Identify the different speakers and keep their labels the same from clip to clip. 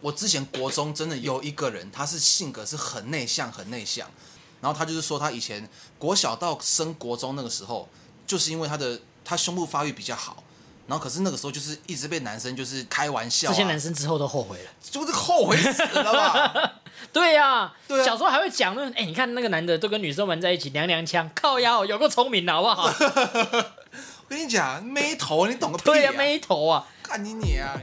Speaker 1: 我之前国中真的有一个人，他是性格是很内向，很内向。然后他就是说，他以前国小到升国中那个时候，就是因为他的他胸部发育比较好，然后可是那个时候就是一直被男生就是开玩笑、啊，
Speaker 2: 这些男生之后都后悔了。
Speaker 1: 就是后悔死了吧？
Speaker 2: 对呀、
Speaker 1: 对啊
Speaker 2: 小时候还会讲那，哎、你看那个男的都跟女生玩在一起，娘娘腔，靠腰哦，有个聪明的好不 好？
Speaker 1: 我跟你讲，妹头你懂个屁、
Speaker 2: 对呀、妹头啊，
Speaker 1: 看你你啊！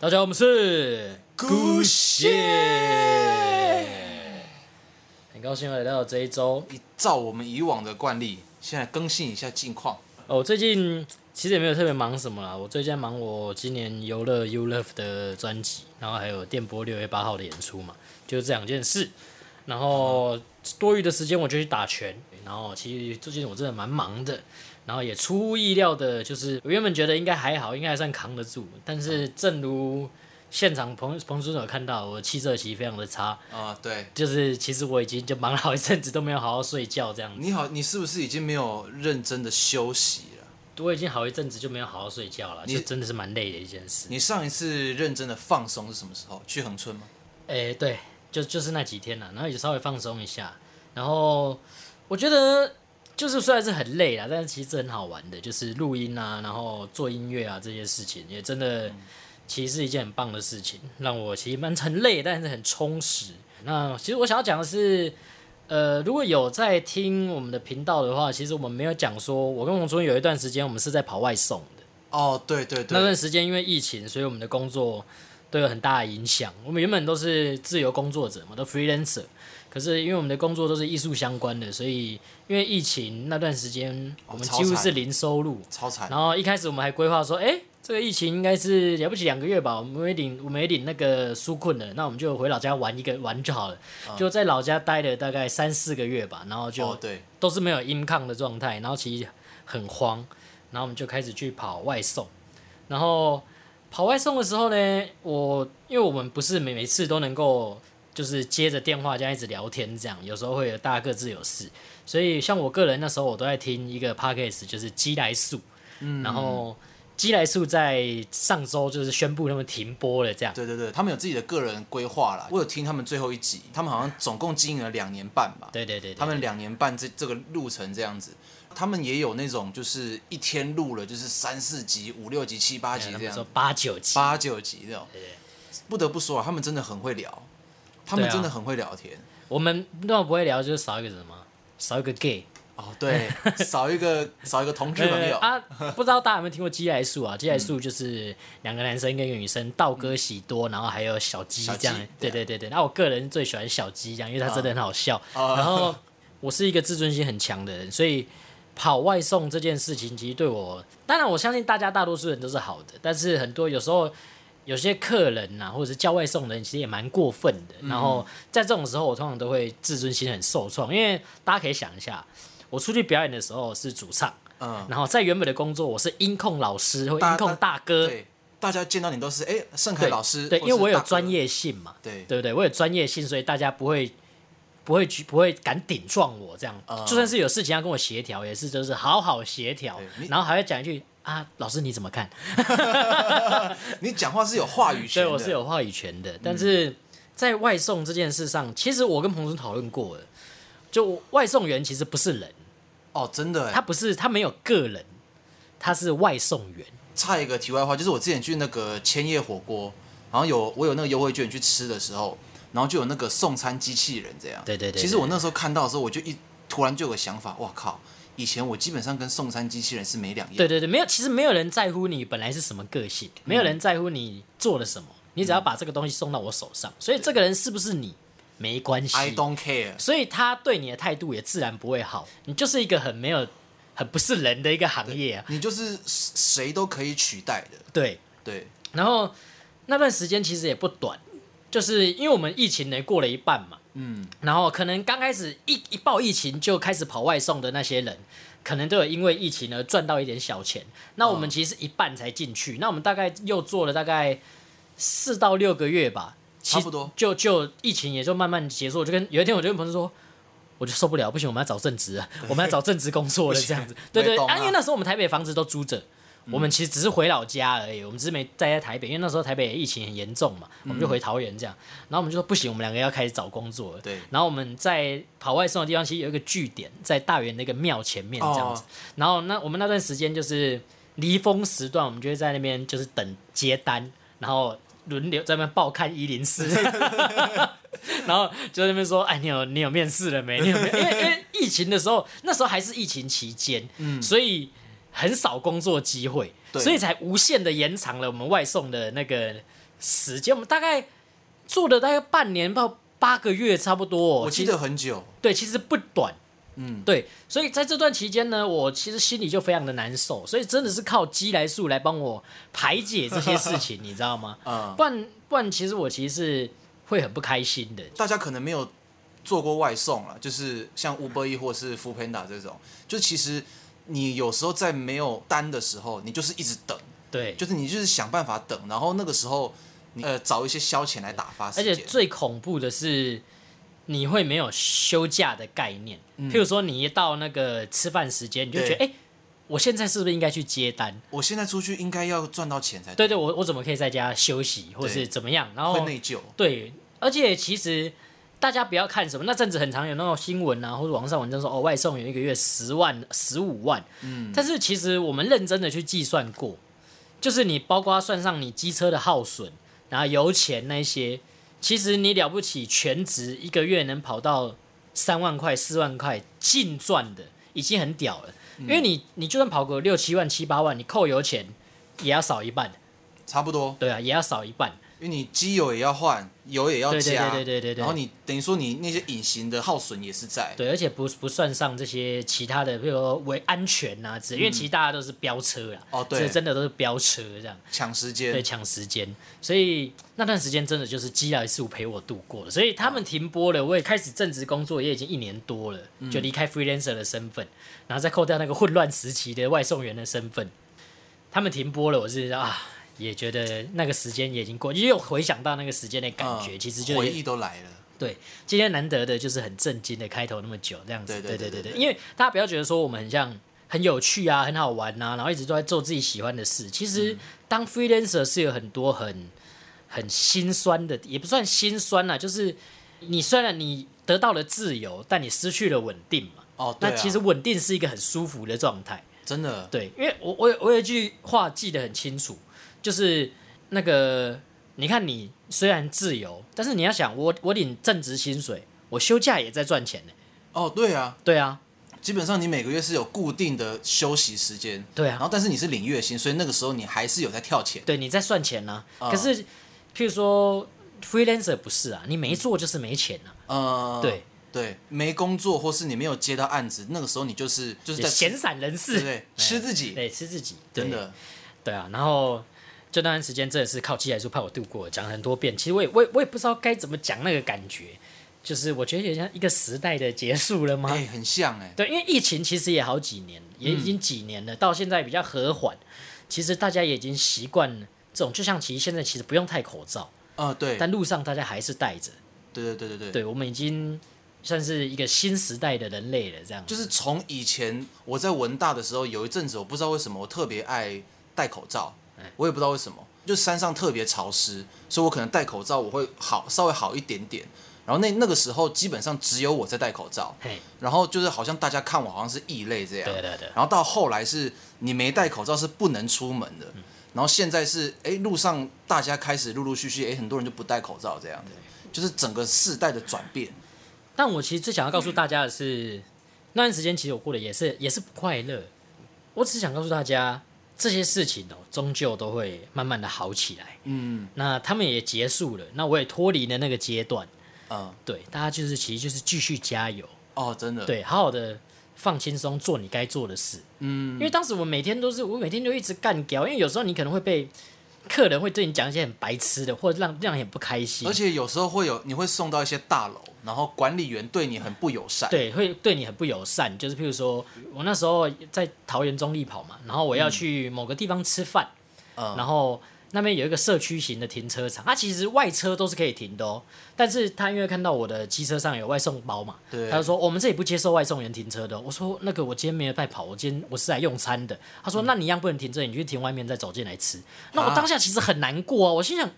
Speaker 2: 大家好，我们是
Speaker 1: 姑
Speaker 2: 谢，很高兴又来到这一周。
Speaker 1: 一照我们以往的惯例，现在更新一下近况。
Speaker 2: 哦，我最近其实也没有特别忙什么啦，我最近在忙我今年游乐 U Love 的专辑，然后还有电波六月八号的演出嘛，就是这两件事。然后多余的时间我就去打拳，然后其实最近我真的蛮忙的，然后也出乎意料的，就是我原本觉得应该还好，应该还算扛得住，但是正如现场彭彭主手看到，我气色其实非常的差，
Speaker 1: 啊、对，
Speaker 2: 就是其实我已经就忙了好一阵子都没有好好睡觉这样子，
Speaker 1: 你好，你是不是已经没有认真的休息了？
Speaker 2: 我已经好一阵子就没有好好睡觉了，
Speaker 1: 你
Speaker 2: 就真的是蛮累的一件事。
Speaker 1: 你上一次认真的放松是什么时候？去恒春吗？
Speaker 2: 诶，对，就就是那几天啦，然后也稍微放松一下，然后我觉得就是虽然是很累啦，但是其实是很好玩的，就是录音啊，然后做音乐啊这些事情，也真
Speaker 1: 嗯
Speaker 2: 的其实是一件很棒的事情，让我其实蛮很累，但是很充实。那其实我想要讲的是。呃，如果有在听我们的频道的话，其实我们没有讲说，我跟洪春有一段时间我们是在跑外送的，
Speaker 1: 哦，对对对，
Speaker 2: 那段时间因为疫情，所以我们的工作都有很大的影响。我们原本都是自由工作者嘛，都 freelancer，可是因为我们的工作都是艺术相关的，所以因为疫情那段时间，
Speaker 1: 哦
Speaker 2: 我们
Speaker 1: 超
Speaker 2: 几乎
Speaker 1: 惨
Speaker 2: 是零收入。
Speaker 1: 超惨。
Speaker 2: 然后一开始我们还规划说，哎、这个疫情应该是了不起两个月吧，我们也领我们也领那个纾困了，那我们就回老家玩一个玩就好了，就在老家待了大概三四个月吧，然后
Speaker 1: 嗯
Speaker 2: 就
Speaker 1: 哦，对，
Speaker 2: 都是没有 income 的状态，然后其实很慌，然后我们就开始去跑外送，然后跑外送的时候呢，我因为我们不是每每次都能够就是接着电话这样一直聊天这样，有时候会有大家各自有事，所以像我个人那时候我都在听一个 podcast，就是鸡来素，
Speaker 1: 嗯
Speaker 2: 然后鸡来素在上周就是宣布他们停播了这样。
Speaker 1: 对对对，他们有自己的个人规划啦。我有听他们最后一集，他们好像总共经营了两年半吧。
Speaker 2: 对对对对，
Speaker 1: 他们两年半这这个路程这样子，他们也有那种就是一天录了就是三四集、五六集、七八集
Speaker 2: 对他
Speaker 1: 这
Speaker 2: 们
Speaker 1: 样
Speaker 2: 说
Speaker 1: 子，
Speaker 2: 八九集，
Speaker 1: 八九集这种
Speaker 2: 对对。
Speaker 1: 不得不说啊，他们真的很会聊，他们
Speaker 2: 对啊
Speaker 1: 真的很会聊天。
Speaker 2: 我们那不会聊，就是少一个什么，少一个 gay。
Speaker 1: 哦， 对，少一个少一个同居
Speaker 2: 对
Speaker 1: 朋友，嗯
Speaker 2: 啊，不知道大家有没有听过鸡来素啊？鸡来素就是两个男生跟一个女生，道哥喜多，然后还有小鸡
Speaker 1: 嗯小鸡
Speaker 2: 这样
Speaker 1: 对啊。
Speaker 2: 对对对对，那我个人最喜欢小鸡这样，因为他真的很好 笑。
Speaker 1: 啊
Speaker 2: 然后我是一个自尊心很强的人，所以跑外送这件事情其实对我，当然我相信大家大多数人都是好的，但是很多有时候。有些客人呐、啊或者是叫外送的人，其实也蛮过分的。
Speaker 1: 嗯
Speaker 2: 然后在这种时候，我通常都会自尊心很受创，因为大家可以想一下，我出去表演的时候是主唱，
Speaker 1: 嗯，
Speaker 2: 然后在原本的工作，我是音控老师或
Speaker 1: 大
Speaker 2: 音控大哥，
Speaker 1: 对，大家见到你都是哎，盛凯
Speaker 2: 对
Speaker 1: 老师，
Speaker 2: 对，
Speaker 1: 或
Speaker 2: 因
Speaker 1: 是
Speaker 2: 为我有
Speaker 1: 大哥
Speaker 2: 专，业性嘛，
Speaker 1: 对
Speaker 2: 对不对？我有专业性，所以大家不会不会去不会敢顶撞我这样，
Speaker 1: 啊
Speaker 2: 就算是有事情要跟我协调，也是就是好好协调
Speaker 1: 对你，
Speaker 2: 然后还会讲一句啊，老师你怎么看？
Speaker 1: 你讲话是有话语权
Speaker 2: 对，
Speaker 1: 的，嗯
Speaker 2: 我是有话语权的。但是在外送这件事上，其实我跟彭总讨论过了，就我外送员其实不是人，
Speaker 1: 哦，真的哎，
Speaker 2: 他不是他没有个人，他是外送员。
Speaker 1: 插一个题外话，就是我之前去那个千叶火锅，然后有我有那个优惠券去吃的时候，然后就有那个送餐机器人这样。
Speaker 2: 对对对对
Speaker 1: 其实我那时候看到的时候，我就一突然就有个想法，哇靠！以前我基本上跟送餐机器人是没两样。
Speaker 2: 对对对，没有，其实没有人在乎你本来是什么个性，没有人在乎你做了什么，你
Speaker 1: 嗯
Speaker 2: 只要把这个东西送到我手上，所以这个人是不是你没关系。
Speaker 1: i don't care。
Speaker 2: 所以他对你的态度也自然不会好，你就是一个很没有、很不是人的一个行业啊。
Speaker 1: 你就是谁都可以取代的，
Speaker 2: 对，
Speaker 1: 对，
Speaker 2: 然后那段时间其实也不短，就是因为我们疫情呢过了一半嘛，
Speaker 1: 嗯，
Speaker 2: 然后可能刚开始一一报疫情就开始跑外送的那些人，可能都有因为疫情而赚到一点小钱。那我们其实一半才进去，那我们大概又做了大概四到六个月吧，其
Speaker 1: 差不多
Speaker 2: 就就疫情也就慢慢结束。我就跟有一天我就跟朋友说。我就受不了，不行，我们要找正职了，啊我们要找正职工作了，这样子，对对，
Speaker 1: 没懂啊
Speaker 2: 啊，因为那时候我们台北房子都租着，我们其实只是回老家而已，我们只是没待在台北，因为那时候台北疫情很严重嘛，我们就回桃园这样。然后我们就说不行，我们两个要开始找工作了。
Speaker 1: 嗯对
Speaker 2: 然后我们在跑外送的地方，其实有一个据点在大园那个庙前面这样子。
Speaker 1: 哦
Speaker 2: 然后那我们那段时间就是离峰时段，我们就会在那边就是等接单，然后轮流在那边报看一零四，然后就在那边说，哎，你有你有面 试了没？你有没有？因为因为疫情的时候，那时候还是疫情期间，所以很少工作机会，
Speaker 1: 嗯对
Speaker 2: 所以才无限的延长了我们外送的那个时间。我们大概做了大概半年到八个月，差不多哦、
Speaker 1: 我记
Speaker 2: 其实
Speaker 1: 得很久，
Speaker 2: 对，其实不短。
Speaker 1: 嗯，
Speaker 2: 对，所以在这段期间呢，我其实心里就非常的难受，所以真的是靠鸡来素来帮我排解这些事 情，你知道吗？
Speaker 1: 嗯，
Speaker 2: 不然不然，其实我其实是会很不开心的。
Speaker 1: 大家可能没有做过外送了，就是像 Uber E 或是 f o o Panda 这种，就其实你有时候在没有单的时候，你就是一直等，
Speaker 2: 对，
Speaker 1: 就是你就是想办法等，然后那个时候你呃找一些消遣来打发时
Speaker 2: 而
Speaker 1: 间，
Speaker 2: 且最恐怖的是，你会没有休假的概念。譬如说，你一到那个吃饭时间，你就觉得，哎、
Speaker 1: 嗯对
Speaker 2: 我现在是不是应该去接单？
Speaker 1: 我现在出去应该要赚到钱才
Speaker 2: 对对，哦我我怎么可以在家休息，或是
Speaker 1: 对
Speaker 2: 怎么样？然
Speaker 1: 会
Speaker 2: 后
Speaker 1: 内疚，
Speaker 2: 对，而且其实大家不要看什么，那阵子很常有那种新闻啊，或者网上文章说哦，外送有一个月十万、十五万，嗯，但是其实我们认真的去计算过，就是你包括算上你机车的耗损，然后油钱那些，其实你了不起全职一个月能跑到三万块、四万块净赚的，已经很屌了。因为你你就算跑个六七万、七八万，你扣油钱也要少一半，
Speaker 1: 差不多，
Speaker 2: 对啊，也要少一半。
Speaker 1: 因为你机油也要换，油也要
Speaker 2: 对对
Speaker 1: 加，
Speaker 2: 对对对对对
Speaker 1: 然后你等于说你那些隐形的耗损也是在，
Speaker 2: 对，而且不不算上这些其他的，比如说为安全啊之类，因为其实大家都是飙车啦，
Speaker 1: 嗯哦对
Speaker 2: 所以真的都是飙车这样，
Speaker 1: 抢时
Speaker 2: 对，
Speaker 1: 间，
Speaker 2: 抢时间，所以那段时间真的就是基来素陪我度过了，所以他
Speaker 1: 哦
Speaker 2: 们停播了，我也开始正职工作，也已经一年多了，
Speaker 1: 嗯
Speaker 2: 就离开 freelancer 的身份，然后再扣掉那个混乱时期的外送员的身份，他们停播了，我是啊。也觉得那个时间也已经过，因为我回想到那个时间的感觉，
Speaker 1: 嗯
Speaker 2: 其实就是
Speaker 1: 回忆都来了，
Speaker 2: 对，今天难得的就是很震惊的开头那么久这样子，
Speaker 1: 对
Speaker 2: 对
Speaker 1: 对
Speaker 2: 对
Speaker 1: 对
Speaker 2: 对
Speaker 1: 对
Speaker 2: 因为大家不要觉得说我们很像很有趣啊，很好玩啊，然后一直都在做自己喜欢的事。其实
Speaker 1: 嗯
Speaker 2: 当 freelancer 是有很多很很心酸的，也不算心酸啦，就是你虽然你得到了自由，但你失去了稳定嘛。
Speaker 1: 哦，对
Speaker 2: 那
Speaker 1: 啊，
Speaker 2: 其实稳定是一个很舒服的状态。
Speaker 1: 真的，
Speaker 2: 对，因为我我有我有一句话记得很清楚，就是那个你看你虽然自由，但是你要想我我领正职薪水，我休假也在赚钱呢。
Speaker 1: 哦，对啊，
Speaker 2: 对啊，
Speaker 1: 基本上你每个月是有固定的休息时间，
Speaker 2: 对
Speaker 1: 然
Speaker 2: 啊，
Speaker 1: 后但是你是领月薪，所以那个时候你还是有在跳钱，
Speaker 2: 对你在算钱呢、
Speaker 1: 嗯
Speaker 2: 可是譬如说 freelancer 不是啊，你没做就是没钱啊，
Speaker 1: 呃，
Speaker 2: 对
Speaker 1: 对，没工作或是你没有接到案子，那个时候你就是就是嗯在
Speaker 2: 闲哎散人
Speaker 1: 对
Speaker 2: 士，
Speaker 1: 对吃自己，
Speaker 2: 对，吃自己，对
Speaker 1: 真的，
Speaker 2: 对啊，然后就那段时间真的是靠寄来书派我度过，讲了很多遍。其实我也我也我也不知道该怎么讲那个感觉，就是我觉得有点像一个时代的结束了吗？
Speaker 1: 哎，很像哎，
Speaker 2: 对，因为疫情其实也好几年，也
Speaker 1: 嗯
Speaker 2: 已经几年了，到现在比较和缓。其实大家也已经习惯了这种，就像其实现在其实不用戴口罩，
Speaker 1: 呃，对，对
Speaker 2: 但路上大家还是戴着。
Speaker 1: 对对对对
Speaker 2: 对，我们已经算是一个新时代的人类了，这样。
Speaker 1: 就是从以前我在文大的时候，有一阵子我不知道为什么我特别爱戴口罩，
Speaker 2: 哎
Speaker 1: 我也不知道为什么，就山上特别潮湿，所以我可能戴口罩我会好稍微好一点点。然后那那个时候基本上只有我在戴口罩，
Speaker 2: 嘿，
Speaker 1: 然后就是好像大家看我好像是异类这样。
Speaker 2: 对对对
Speaker 1: 然后到后来是你没戴口罩是不能出门的，
Speaker 2: 嗯
Speaker 1: 然后现在是哎路上大家开始陆陆续续哎很多人就不戴口罩这样子，就是整个世代的转变。
Speaker 2: 但我其实最想要告诉大家的是，那段时间其实我过得也是也是不快乐。我只想告诉大家，这些事情哦，终究都会慢慢的好起来。
Speaker 1: 嗯
Speaker 2: 那他们也结束了，那我也脱离了那个阶段。
Speaker 1: 嗯
Speaker 2: 对，大家就是其实就是继续加油，
Speaker 1: 哦真的
Speaker 2: 对，好好的放轻松，做你该做的事。
Speaker 1: 嗯
Speaker 2: 因为当时我每天都是，我每天就一直干掉，因为有时候你可能会被客人会对你讲一些很白痴的，或者让让你很不开心
Speaker 1: 而，且有时候会有你会送到一些大楼，然后管理员对你很不友善。
Speaker 2: 对，会对你很不友善。就是譬如说，我那时候在桃园中立跑嘛，然后我要去某个地方吃饭，
Speaker 1: 嗯
Speaker 2: 然后那边有一个社区型的停车场，它啊其实外车都是可以停的哦，但是他因为看到我的机车上有外送包嘛，
Speaker 1: 对
Speaker 2: 他就说我们这里不接受外送员停车的哦。我说那个我今天没有带跑，我今天我是来用餐的。他说那你一样不能停这里，你去停外面再走进来吃。那我
Speaker 1: 嗯啊
Speaker 2: 当下其实很难过啊，我心想。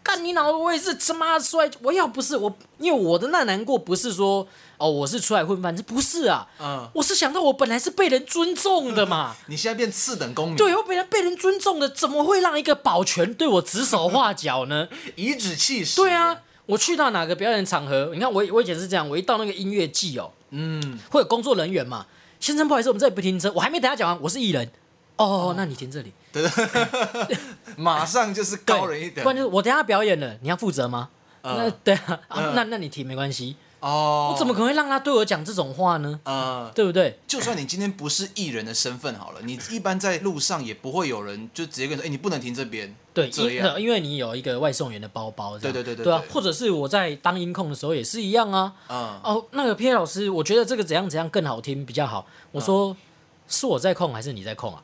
Speaker 2: 干你老！我也是他妈摔！我要不是我，因为我的那难过不是说哦，我是出来混饭，这不是啊，
Speaker 1: 嗯，
Speaker 2: 我是想到我本来是被人尊重的嘛，
Speaker 1: 你现在变次等公民，
Speaker 2: 对，啊又被人被人尊重的，怎么会让一个保全对我指手画 脚呢？
Speaker 1: 颐指气使。
Speaker 2: 对，啊，我去到哪个表演场合，你看我我以前是这样，我一到那个音乐季哦，
Speaker 1: 嗯，
Speaker 2: 会有工作人员嘛，先生不好意思，我们这里不停车，我还没等他讲完，我是艺人。哦，那你停这里，
Speaker 1: 马上就是高人一
Speaker 2: 对
Speaker 1: 等
Speaker 2: 不然就是我等一下表演了，你要负责吗？
Speaker 1: 嗯
Speaker 2: 那对啊，啊
Speaker 1: 嗯
Speaker 2: 那那你停没关系，
Speaker 1: 哦。
Speaker 2: 我怎么？可能会让他对我讲这种话呢？
Speaker 1: 呃，
Speaker 2: 对不对？
Speaker 1: 就算你今天不是艺人的身份好了，你一般在路上也不会有人就直接跟你说，哎、你不能停这边。
Speaker 2: 对，
Speaker 1: 这
Speaker 2: 因
Speaker 1: 样
Speaker 2: 呃因为你有一个外送员的包包这
Speaker 1: 对
Speaker 2: 样，
Speaker 1: 对对对
Speaker 2: 对啊，
Speaker 1: 对
Speaker 2: 或者是我在当音控的时候也是一样啊，
Speaker 1: 嗯，
Speaker 2: 哦，那个 P A 老师，我觉得这个怎样怎样更好听比较好。
Speaker 1: 嗯
Speaker 2: 我说、是我在控还是你在控啊？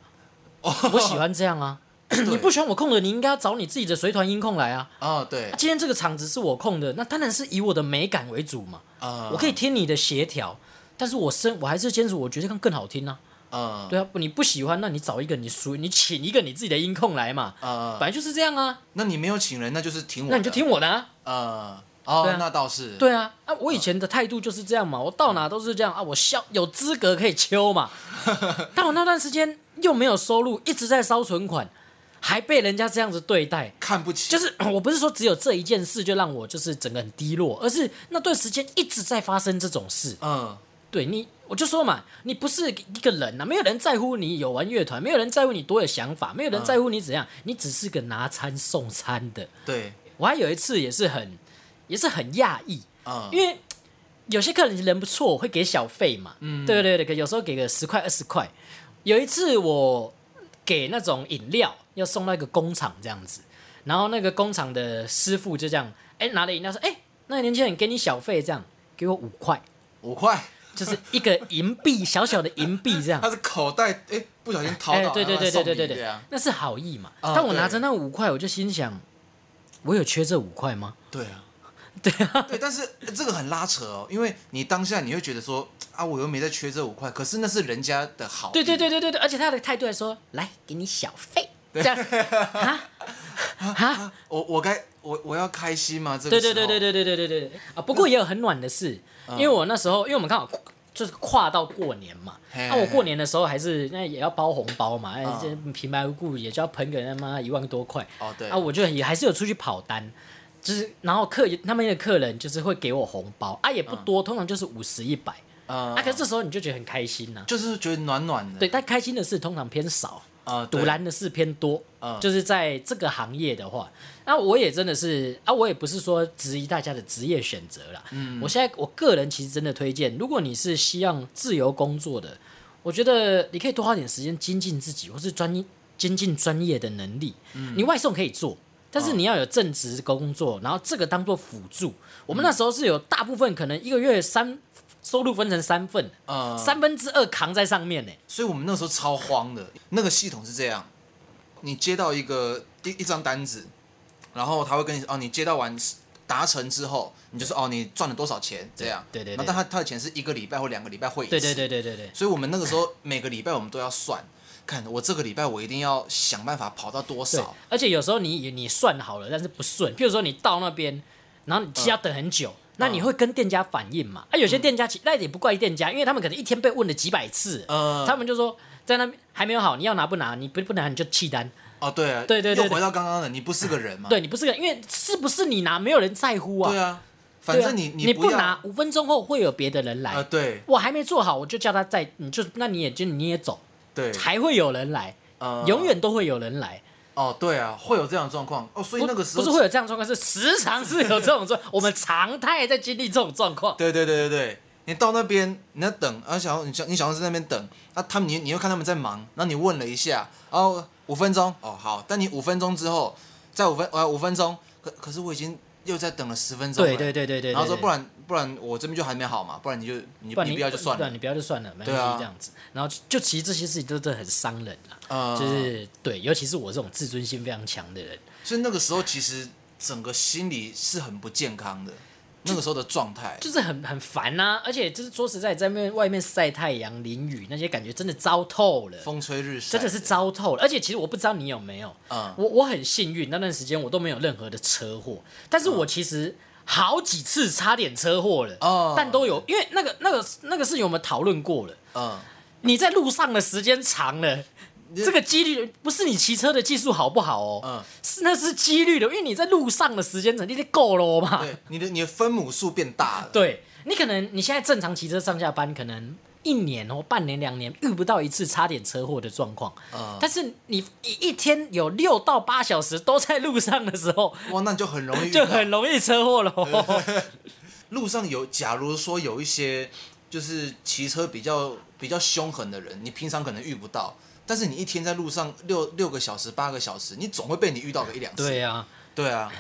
Speaker 1: 哦
Speaker 2: 我喜欢这样 啊。你不喜欢我控的，你应该要找你自己的随团音控来啊。
Speaker 1: 哦，对
Speaker 2: 啊，今天这个场子是我控的，那当然是以我的美感为主嘛。
Speaker 1: 嗯，
Speaker 2: 我可以听你的协调，但是我身我还是坚持，我觉得这样更好听啊。
Speaker 1: 嗯，
Speaker 2: 对啊，不你不喜欢，那你找一个你属于你请一个你自己的音控来嘛，
Speaker 1: 呃
Speaker 2: 本，来就是这样啊。
Speaker 1: 那你没有请人，那就是听我。
Speaker 2: 那你就。听我的啊。
Speaker 1: 呃，哦，
Speaker 2: 对啊
Speaker 1: 那倒是。
Speaker 2: 对啊，啊，我以前的态度就是这样嘛，我到哪都是这样啊，我笑有资格可以秋 嘛，但我那段时间又没有收入，一直在烧存款，还被人家这样子对待，
Speaker 1: 看不起。
Speaker 2: 就是 我不是说只有这一件事就让我就是整个很低落，而是那段时间一直在发生这种事。
Speaker 1: 嗯，
Speaker 2: 对你，我就说嘛，你不是一个人啊，没有人在乎你有玩乐团，没有人在乎你多有想法，没有人在乎你怎样，你只是个拿餐送餐的。
Speaker 1: 对，
Speaker 2: 我还有一次也是很，也是很讶异，
Speaker 1: 嗯，
Speaker 2: 因为有些客人人不错，会给小费嘛，
Speaker 1: 嗯
Speaker 2: 对对对，可有时候给个十块二十块。有一次我给那种饮料要送到一个工厂这样子，然后那个工厂的师傅就这样，哎、拿了饮料说，哎、那个年轻人给你小费这样，给我五块，
Speaker 1: 五块，
Speaker 2: 就是一个银币小小的银币这样
Speaker 1: 他。是口袋哎，不小心掏
Speaker 2: 哎、
Speaker 1: 到，
Speaker 2: 对对对对对对
Speaker 1: 对
Speaker 2: 对
Speaker 1: 啊，，
Speaker 2: 那是好意嘛。
Speaker 1: 啊
Speaker 2: 但我
Speaker 1: 对
Speaker 2: 拿着那五块，我就心想，我有缺这五块吗？
Speaker 1: 对 啊，对啊，对，但是这个很拉扯哦，因为你当下你会觉得说啊，我又没在缺这五块，可是那是人家的好，
Speaker 2: 对对，对对对对，而且他的态度还说，来给你小费，这样啊啊，
Speaker 1: 我我该我我要开心吗？这个
Speaker 2: 对对对对
Speaker 1: 对，嗯
Speaker 2: 对对对对对对啊！不过也有很暖的事，因为我那时候因为我们刚好就是跨到过年嘛，啊
Speaker 1: 嘿
Speaker 2: 那我过年的时候还是那也要包红包嘛，哎
Speaker 1: 嗯
Speaker 2: 这平白无故也就要喷个他妈一万多块
Speaker 1: 哦对
Speaker 2: 啊，我就也还是有出去跑单。就是，然后客他们的客人就是会给我红包啊，也不
Speaker 1: 嗯
Speaker 2: 多，通常就是五十一百
Speaker 1: 呃
Speaker 2: 啊。可是这时候你就觉得很开心呐、
Speaker 1: 就是觉得暖暖的，
Speaker 2: 对，但开心的事通常偏少，
Speaker 1: 啊，对
Speaker 2: 赌蓝的事偏多，
Speaker 1: 嗯
Speaker 2: 就是在这个行业的话，那我也真的是啊，我也不是说质疑大家的职业选择啦。嗯，我现在我个人其实真的推荐，如果你是希望自由工作的，我觉得你可以多花点时间精进自己，或是专一精进专业的能力。嗯，你外送可以做。但是你要有正职工作，然后这个当做辅助。我们那时候是有大部分可能一个月三收入分成三份，
Speaker 1: 呃，
Speaker 2: 三分之二扛在上面呢、
Speaker 1: 所以我们那时候超慌的。那个系统是这样，你接到一个一一张单子，然后他会跟你哦，你接到完达成之后，你就说哦，你赚了多少钱这样。
Speaker 2: 对对对
Speaker 1: 那但他他的钱是一个礼拜或两个礼拜会一次。
Speaker 2: 对对。对对对对。
Speaker 1: 所以我们那个时候每个礼拜我们都要算，看我这个礼拜我一定要想办法跑到多
Speaker 2: 对
Speaker 1: 少。，
Speaker 2: 而且有时候你你算好了，但是不顺。譬如说你到那边，然后你其实要等很久，
Speaker 1: 嗯
Speaker 2: 那你会跟店家反映嘛？啊，有些店家其那也不怪店家，因为他们可能一天被问了几百次，
Speaker 1: 呃，
Speaker 2: 他们就说在那边还没有好，你要拿不拿？你不不拿你就弃单。
Speaker 1: 哦对啊
Speaker 2: 对对对对
Speaker 1: 又回到刚刚的，你不是个人嘛？
Speaker 2: 对你不是个，因为是不是你拿，没有人在乎啊。
Speaker 1: 嗯对
Speaker 2: 啊，
Speaker 1: 啊，反正你
Speaker 2: 你
Speaker 1: 不要
Speaker 2: 拿，五分钟后会有别的人来。
Speaker 1: 啊，对
Speaker 2: 我还没做好，我就叫他再，你就那你也就你也走，
Speaker 1: 对，
Speaker 2: 还会有人来，
Speaker 1: 呃
Speaker 2: 永远都会有人来。
Speaker 1: 哦对啊，会有这样的状况哦，所以
Speaker 2: 不
Speaker 1: 那个时候
Speaker 2: 不是会有这样的状况，是时常是有这种状，我们常态在经历这种状况。
Speaker 1: 对对对对对，你到那边你要等，啊小你想你小时候在那边等，啊他们你你又看他们在忙，然后你问了一下，然后五分钟哦好，但你五分钟之后再五分呃五分钟，可可是我已经又在等了十分钟了，
Speaker 2: 对对对对对，
Speaker 1: 然后说
Speaker 2: 对
Speaker 1: 不然不然我这边就还没好嘛，不然你就你
Speaker 2: 不然
Speaker 1: 你
Speaker 2: 你
Speaker 1: 不要就算
Speaker 2: 对啊
Speaker 1: 了，
Speaker 2: 你不要就算了，没
Speaker 1: 对
Speaker 2: 关
Speaker 1: 啊
Speaker 2: 系这样子。然后就就其实这些事情都真的很伤人啊，
Speaker 1: 呃
Speaker 2: 就是对，尤其是我这种自尊心非常强的人，
Speaker 1: 所以那个时候其实整个心理是很不健康的，那个时候的状态，
Speaker 2: 就是很很烦呐、而且就是说实在，在面外面晒太阳、淋雨那些感觉真的糟透了，
Speaker 1: 风吹日晒，
Speaker 2: 真的是糟透了。而且其实我不知道你有没有，
Speaker 1: 嗯
Speaker 2: 我我很幸运，那段时间我都没有任何的车祸，但
Speaker 1: 嗯
Speaker 2: 是我其实好几次差点车祸了，
Speaker 1: 哦
Speaker 2: 但都有，因为那个那个那个事情我们讨论过了，
Speaker 1: 嗯，
Speaker 2: 你在路上的时间长了。这个几率不是你骑车的技术好不好哦，
Speaker 1: 嗯
Speaker 2: 是那是几率的，因为你在路上的时间长，你得够了嘛。
Speaker 1: 对，你的你的分母数变大了，
Speaker 2: 啊对你可能你现在正常骑车上下班，可能一年或半年、两年遇不到一次差点车祸的状况，
Speaker 1: 嗯
Speaker 2: 但是你一一天有六到八小时都在路上的时候，
Speaker 1: 哇，那你就很容易遇
Speaker 2: 就
Speaker 1: 到啊
Speaker 2: 很容易车祸了 哦。
Speaker 1: 路上有，假如说有一些就是骑车比较比较凶狠的人，你平常可能遇不到，但是你一天在路上六六个小时、八个小时，你总会被你遇到个一两次。
Speaker 2: 对啊，
Speaker 1: 对啊，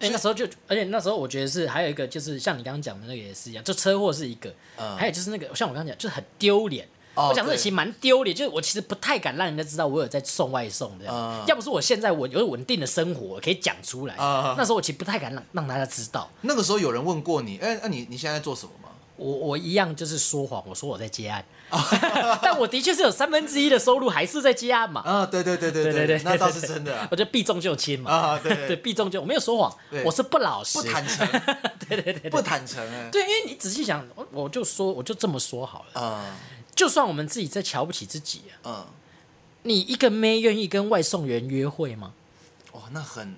Speaker 2: 哎、那时候就，而且那时候我觉得是还有一个，就是像你刚刚讲的那个也是一样，就车祸是一个，
Speaker 1: 嗯
Speaker 2: 还有就是那个像我刚刚讲，就是很丢脸。
Speaker 1: 哦
Speaker 2: 我讲这
Speaker 1: 对
Speaker 2: 个其实蛮丢脸，就是我其实不太敢让人家知道我有在送外送的、
Speaker 1: 嗯
Speaker 2: 要不是我现在我有稳定的生活，我可以讲出来、
Speaker 1: 嗯
Speaker 2: 那时候我其实不太敢让让大家知道，
Speaker 1: 那个时候有人问过你，哎、那、你你现在在做什么吗？
Speaker 2: 我我一样就是说谎，我说我在接案，
Speaker 1: 哦
Speaker 2: 但我的确是有三分之一的收入还是在接案嘛。
Speaker 1: 啊，对对对对
Speaker 2: 对对对，
Speaker 1: 那倒是
Speaker 2: 对
Speaker 1: 真的啊
Speaker 2: 我就避重就轻嘛。
Speaker 1: 啊对
Speaker 2: 对，避重就我没有说谎
Speaker 1: 对，
Speaker 2: 我是不老实，
Speaker 1: 不坦诚，
Speaker 2: 对对对
Speaker 1: 不
Speaker 2: 对
Speaker 1: 坦诚哎、
Speaker 2: 对，因为你仔细想，我我就说，我就这么说好了。
Speaker 1: 啊
Speaker 2: 就算我们自己在瞧不起自己、啊，
Speaker 1: 嗯，
Speaker 2: 你一个妹愿意跟外送员约会吗？
Speaker 1: 哇，那很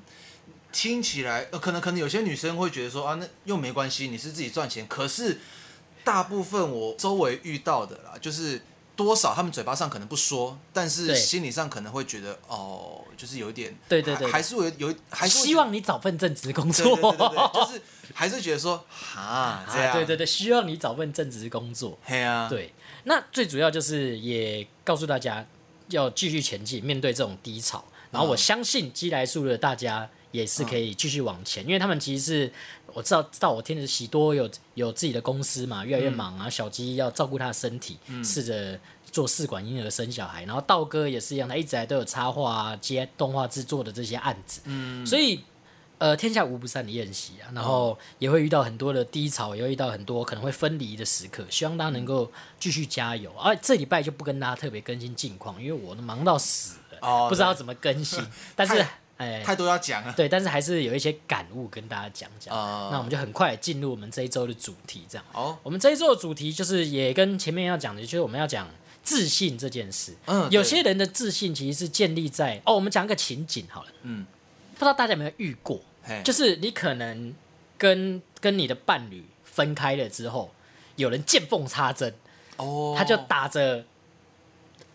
Speaker 1: 听起来，呃，可能可能有些女生会觉得说啊，那又没关系，你是自己赚钱。可是大部分我周围遇到的啦，就是多少他们嘴巴上可能不说，但是
Speaker 2: 对
Speaker 1: 心理上可能会觉得哦，就是有一点，
Speaker 2: 对对对
Speaker 1: 还还是会有有还是会
Speaker 2: 希望你找份正职工
Speaker 1: 对对
Speaker 2: 作。
Speaker 1: 对对对，就是还是觉得说哈这样，
Speaker 2: 啊对对对，希望你找份正职工作。
Speaker 1: 嘿啊，
Speaker 2: 对，那最主要就是也告诉大家要继续前进，面对这种低潮。然后我相信基来素的大家也是可以继续往前，因为他们其实是我知道，知道我听的喜多有有自己的公司嘛，越来越忙啊，小鸡要照顾他的身体，试着做试管婴儿生小孩，然后道哥也是一样，他一直来都有插画啊、接动画制作的这些案子，嗯，所以。呃，天下无不散的宴席啊，然后也会遇到很多的低潮，也会遇到很多可能会分离的时刻，希望大家能够继续加油。而、这礼拜就不跟大家特别更新近况，因为我忙到死了，
Speaker 1: 哦
Speaker 2: 不知道怎么更 新。但是，哎，
Speaker 1: 太多要讲了，
Speaker 2: 对，但是还是有一些感悟跟大家讲讲。
Speaker 1: 哦
Speaker 2: 那我们就很快进入我们这一周的主题，这样。
Speaker 1: 好，
Speaker 2: 我们这一周的主题就是也跟前面要讲的，就是我们要讲自信这件事。
Speaker 1: 嗯对
Speaker 2: 有些人的自信其实是建立在哦，我们讲一个情景好了，
Speaker 1: 嗯，哎
Speaker 2: 不知道大家有没有遇过，
Speaker 1: 嘿，
Speaker 2: 就是你可能跟跟你的伴侣分开了之后，有人见缝插针，
Speaker 1: 哦，
Speaker 2: 他就打着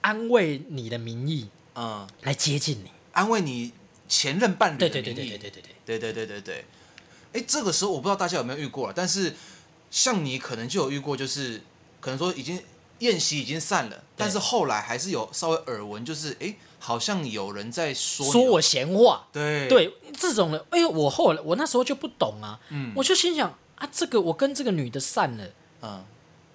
Speaker 2: 安慰你的名义
Speaker 1: 嗯
Speaker 2: 来接近你。
Speaker 1: 安慰你前任伴侣的
Speaker 2: 对
Speaker 1: 名
Speaker 2: 对
Speaker 1: 义，
Speaker 2: 对对对对对对。
Speaker 1: 对对对对对，哎，这个时候我不知道大家有没有遇过啊，但是像你可能就有遇过，就是可能说已经宴席已经散了，但是后来还是有稍微耳闻，就是哎，好像有人在说你哦
Speaker 2: 说我闲话，
Speaker 1: 对
Speaker 2: 对这种人，哎呦，我后来我那时候就不懂啊，
Speaker 1: 嗯
Speaker 2: 我就心想啊，这个我跟这个女的散了
Speaker 1: 嗯